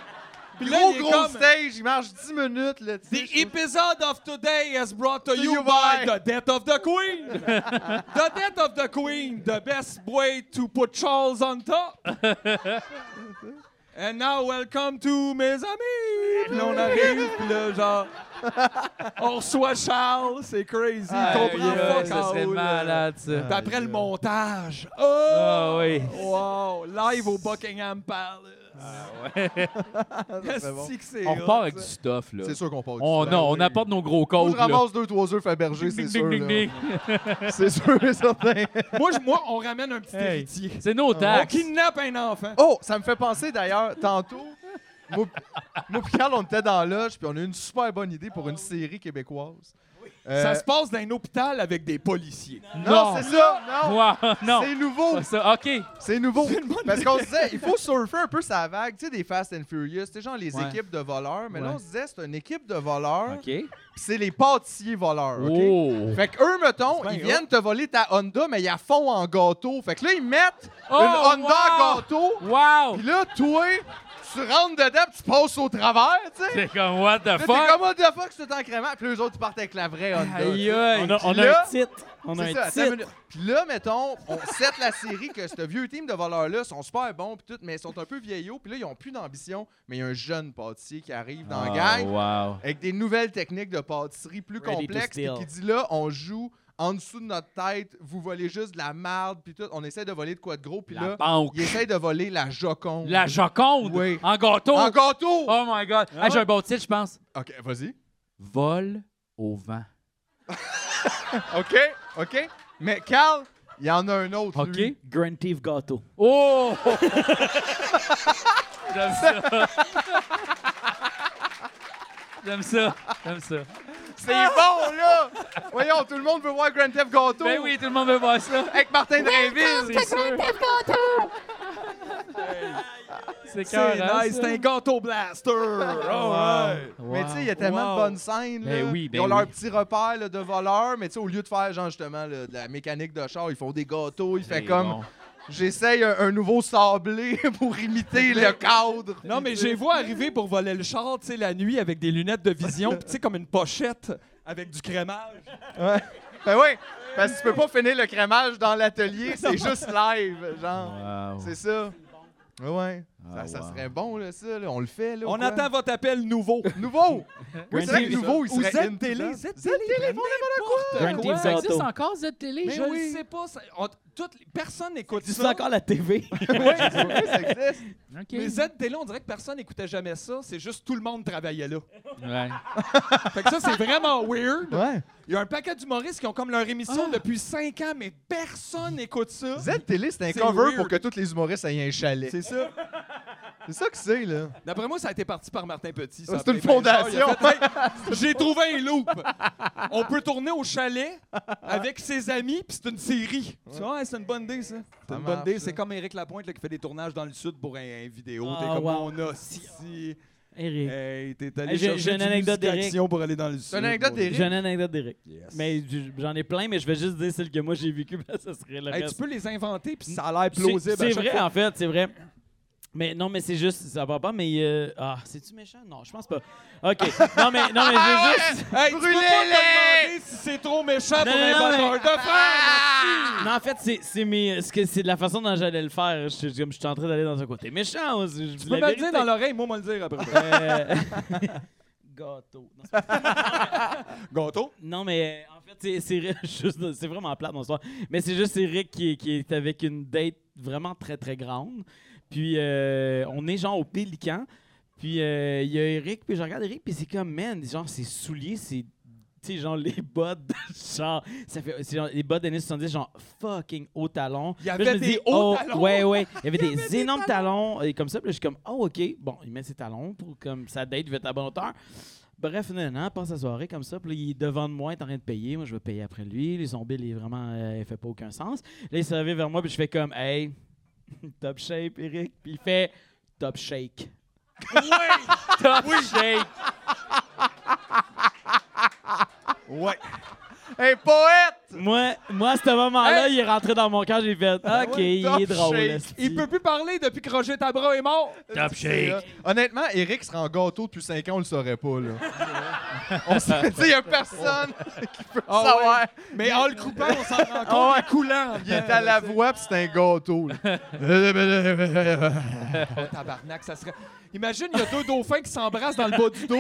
Puis là,
Gros,
il est
gros
comme,
stage. Il marche 10 minutes, là. tu sais,
The episode of today is brought to
To
you
you
by
by-
The Death of the Queen. the Death of the Queen, the best way to put Charles on top. And now, welcome to mes amis. Puis là, on arrive, puis là, genre, on reçoit Charles, c'est crazy.
Aïe,
on
Aïe,
comprend
aïe,
pas
ça serait malade, ça.
Puis après le montage. Oh!
Ah oui.
Wow! Live au Buckingham Palace. Ah ouais.
serait bon.
que c'est
On
hot,
repart avec
ça.
du stuff, là.
C'est sûr qu'on part du
Oh
On,
sud.
non, on apporte nos gros
Moi,
codes.
je ramasse deux, trois œufs Fabergé, c'est sûr. là. C'est sûr et certain.
Moi, je- moi, on ramène un petit héritier.
C'est nos
On
taxes.
kidnappe un enfant.
Oh, ça me fait penser d'ailleurs, tantôt, moi moi pis Carl, on était dans la loge, puis on a eu une super bonne idée pour une série québécoise. Euh,
Ça se passe dans un hôpital avec des policiers.
Non, c'est ça! Non!
Wow, non.
C'est nouveau!
Pas ça. OK.
C'est nouveau! Parce qu'on se disait, il faut surfer un peu sa vague, tu sais, des Fast and Furious, tu sais, genre les
Ouais.
équipes de voleurs. Mais là,
Ouais.
on se disait, c'est une équipe de voleurs,
OK.
pis c'est les pâtissiers voleurs, OK?
Oh.
Fait que eux, mettons,
bien
ils
haut.
viennent te voler ta Honda, mais ils la font en gâteau. Fait que là, ils mettent
Oh,
une Honda
wow!
en gâteau.
Wow.
Puis là, toi, tu rentres dedans, pis tu passes au travers, tu sais.
C'est comme, what the
Là,
fuck?
t'es comme, what the fuck, c'est en crément. Puis les autres, ils partent avec la vraie Honda. tu
Aïe,
sais.
aïe.
On a, on a
Là,
un titre. On a
Ah! C'est
un
ça, attends une
titre.
minute. Puis là, mettons, on set la série que ce vieux team de voleurs-là sont super bons, puis tout, mais ils sont un peu vieillots, puis là, ils ont plus d'ambition. Mais il y a un jeune pâtissier qui arrive dans la
Ah,
gang,
Ah, Wow.
avec des nouvelles techniques de pâtisserie plus
Ready to
complexes, puis
steal.
qui dit là, on joue en dessous de notre tête, vous volez juste de la marde, puis tout, on essaie de voler de quoi de gros, puis
La
là,
banque.
il essaie de voler la Joconde.
La Joconde.
Oui.
En gâteau.
En gâteau!
Oh my God. Hey, J'ai un bon titre, je pense.
OK, vas-y.
Vol au vent.
OK, OK. Mais Carl, il y en a un autre,
OK.
lui.
Grand Thief Gâteau.
Oh! J'aime ça. J'aime ça. J'aime ça.
C'est bon, là! Voyons, tout le monde veut voir Grand Theft Gâteau.
Ben oui, tout le monde veut voir ça.
Avec Martin Drainville.
C'est sûr.
Grand Theft Auto!
C'est
C'est
carré,
nice,
ça.
c'est un gâteau blaster! Oh, Alright!
Mais tu sais, il y a tellement
Wow.
de bonnes scènes.
Ben
là.
oui, ben
ils ont leur
oui.
petit repère là, de voleurs, mais tu sais, au lieu de faire genre justement là, de la mécanique de char, ils font des gâteaux, ils font comme j'essaye un, un nouveau sablé pour imiter le cadre.
Non, mais j'ai vu arriver pour voler le char, tu sais, la nuit avec des lunettes de vision, puis tu sais, comme une pochette avec du crémage.
Ben oui, parce que tu peux pas finir le crémage dans l'atelier, c'est juste live, genre.
Wow.
C'est ça. Ouais, Ouais,
Ah,
ça, ça
wow.
serait bon, là, ça. là. On le fait, là. ou
On
quoi?
attend votre appel nouveau.
Nouveau! Oui, c'est vrai que
Randy,
nouveau, il
Ou
serait in
Z-Télé.
dedans.
Z-Télé,
Grand
n'importe quoi.
Theft
Ça
Auto.
Ça
existe
existe
Gâteau.
encore, cette télé?
Je ne sais pas. ça- on- toutes les- personne n'écoute
C'est
ça.
encore la TV.
Oui, c'est vrai, ça existe.
Mais Z-Télé, on dirait que personne n'écoutait jamais ça. C'est juste tout le monde travaillait là.
Ouais.
Fait que ça, c'est vraiment weird.
Ouais.
Il y a un paquet d'humoristes qui ont comme leur émission
Ah.
depuis 5 ans, mais personne n'écoute ça.
Z-Télé, c'est un
C'est
cover
weird.
pour que tous les humoristes aient un chalet.
C'est ça.
C'est ça que c'est, là.
D'après moi, ça a été parti par Martin Petit. ça.
C'est une
Ben, ben,
fondation.
il a fait, hey, J'ai trouvé un loop. On peut tourner au chalet avec ses amis, puis c'est une série. Tu vois, ouais, c'est une bonne idée, ça. C'est une bonne
marche,
idée.
ça.
C'est comme Éric Lapointe là, qui fait des tournages dans le sud pour un, un vidéo.
Ah,
t'es comme,
wow.
on a si...
Eric.
Hey, t'es allé
Hey, j'ai- j'ai
chercher
une
une
anecdote
anecdote
d'Éric.
d'action pour aller dans le sud.
une anecdote d'Éric.
J'ai une anecdote d'Eric.
Yes.
Mais j- j'en ai plein, mais je vais juste dire celle que moi j'ai vécue, parce que ça serait le
Hey, tu
reste.
peux les inventer, puis ça a l'air
C'est-
plausible. à
C'est
chaque
vrai,
fois.
en fait, c'est vrai. Mais non, mais c'est juste, ça va pas, mais. euh, ah, c'est-tu méchant? Non, je pense pas. OK. Non, mais, non, mais je veux
Hey,
juste.
tu peux pas te
Brûlez-les!
demander si c'est trop méchant
Non,
pour un
non,
batteur
mais-
de frère.
Non, en fait, c'est- c'est mes- ce que- c'est de la façon dont j'allais le faire. Je suis comme, je suis en train d'aller dans un côté méchant. Je, je-
Tu
la
peux me le
vérité.
dire dans l'oreille, moi, me le dire après.
Euh, Gâteau. Non, c'est pas-
Gâteau.
Non, mais euh, en fait, c'est- c'est ri- juste- c'est vraiment plate, mon soir. Mais c'est juste Eric qui, est- qui est avec une date vraiment très, très grande. Puis euh, on est genre au Pélican. Puis euh, il y a Eric, puis je regarde Eric, puis c'est comme, man, genre, ses souliers, c'est. Tu sais, genre, les bottes, de- genre, ça fait, c'est genre, les bottes d'années 70, genre, fucking hauts talons.
Il y
Là,
avait
je me
des
dis,
hauts
oh,
talons.
Ouais, ouais. Il y avait des
avait des
énormes talons. Et comme ça, puis là, je suis comme, oh, OK. Bon, il met ses talons pour, comme, sa date va être à bonne hauteur. Bref, finalement, passe la soirée comme ça. Puis là, il est devant de moi, il est en train de payer. Moi, je vais payer après lui. Les zombies, il est vraiment, euh, il fait pas aucun sens. Là, il se revient vers moi, puis je fais comme, hey, top shape, Eric. Puis il fait, top shake. Oui! top shake!
Ouais. Un poète!
Moi, moi à ce moment-là, il est rentré dans mon cœur, j'ai fait, oh, OK, il
top
est drôle.
shake.
esti.
Il peut plus parler depuis que Roger Tabra est mort.
Top shake. Honnêtement, Eric sera en gâteau depuis 5 ans, on le saurait pas, là. on sait, tu sais, y a personne qui peut le
Ah ouais.
savoir.
Mais en le coupant, on s'en rend compte.
Ah ouais.
il est coulant.
Il est à la voix, puis c'est un gâteau. là.
Oh, tabarnak, ça serait... Imagine, il y a deux dauphins qui s'embrassent dans le bas du dos.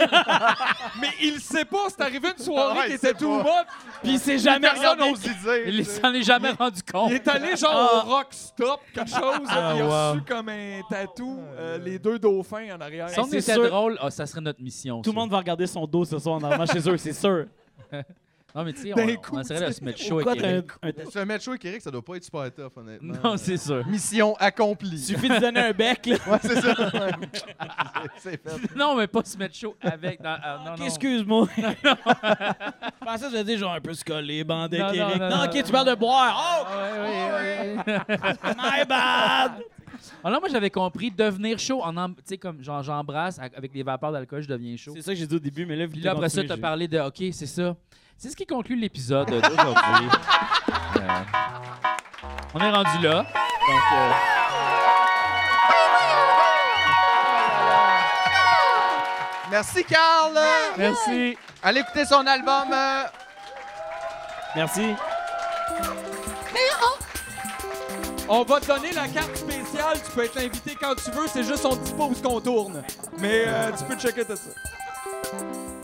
Mais il sait pas, c'est arrivé une soirée
Ouais,
qui
il
était
sait
tout
pas.
mode.
Puis il s'est jamais
Personne
regardé.
n'ose y dire.
Il
tu sais.
s'en est jamais rendu compte.
Il est allé
Ah.
genre au rock stop, quelque chose. puis il a reçu comme un tatou euh, les deux dauphins en arrière.
Si on
c'est
était
sûr.
drôle, ah, ça serait notre mission.
Tout le
ça.
monde va regarder son dos ce soir en allant chez eux, c'est sûr.
Non, mais tu sais,
D'un
on,
coup,
on essaierait de se mettre chaud
Pourquoi
avec
t'as un,
Eric.
un-
Se mettre chaud avec Eric, ça doit pas être super tough, honnêtement.
Non, c'est sûr.
Mission accomplie.
Suffit de donner un bec, là.
Ouais, c'est ça. Ouais. c'est fait.
Non, mais pas se mettre chaud avec. dans- ah, non,
Ok,
non.
excuse-moi. Je pensais que j'allais dire genre un peu scollé, bandé,
Non, non,
Eric. Non, Ah
non, non,
ok,
non.
tu parles de boire.
Ouais, ouais, ouais.
Oh, my bad!
Ah non, moi j'avais compris devenir chaud en em- tu sais comme genre j'embrasse a- avec les vapeurs d'alcool, je deviens chaud.
C'est ça que j'ai dit au début, mais là,
Puis là après ça t'as
as
parlé de OK, c'est ça. C'est ce qui conclut l'épisode d'aujourd'hui. Euh, on est rendu là. Donc euh,
Merci, Carl.
merci.
Allez écouter son album. euh,
Merci.
On va te donner la carte spéciale. Tu peux être invité quand tu veux. C'est juste on ne dit pas où ce qu'on tourne. Mais euh, tu peux checker tout ça.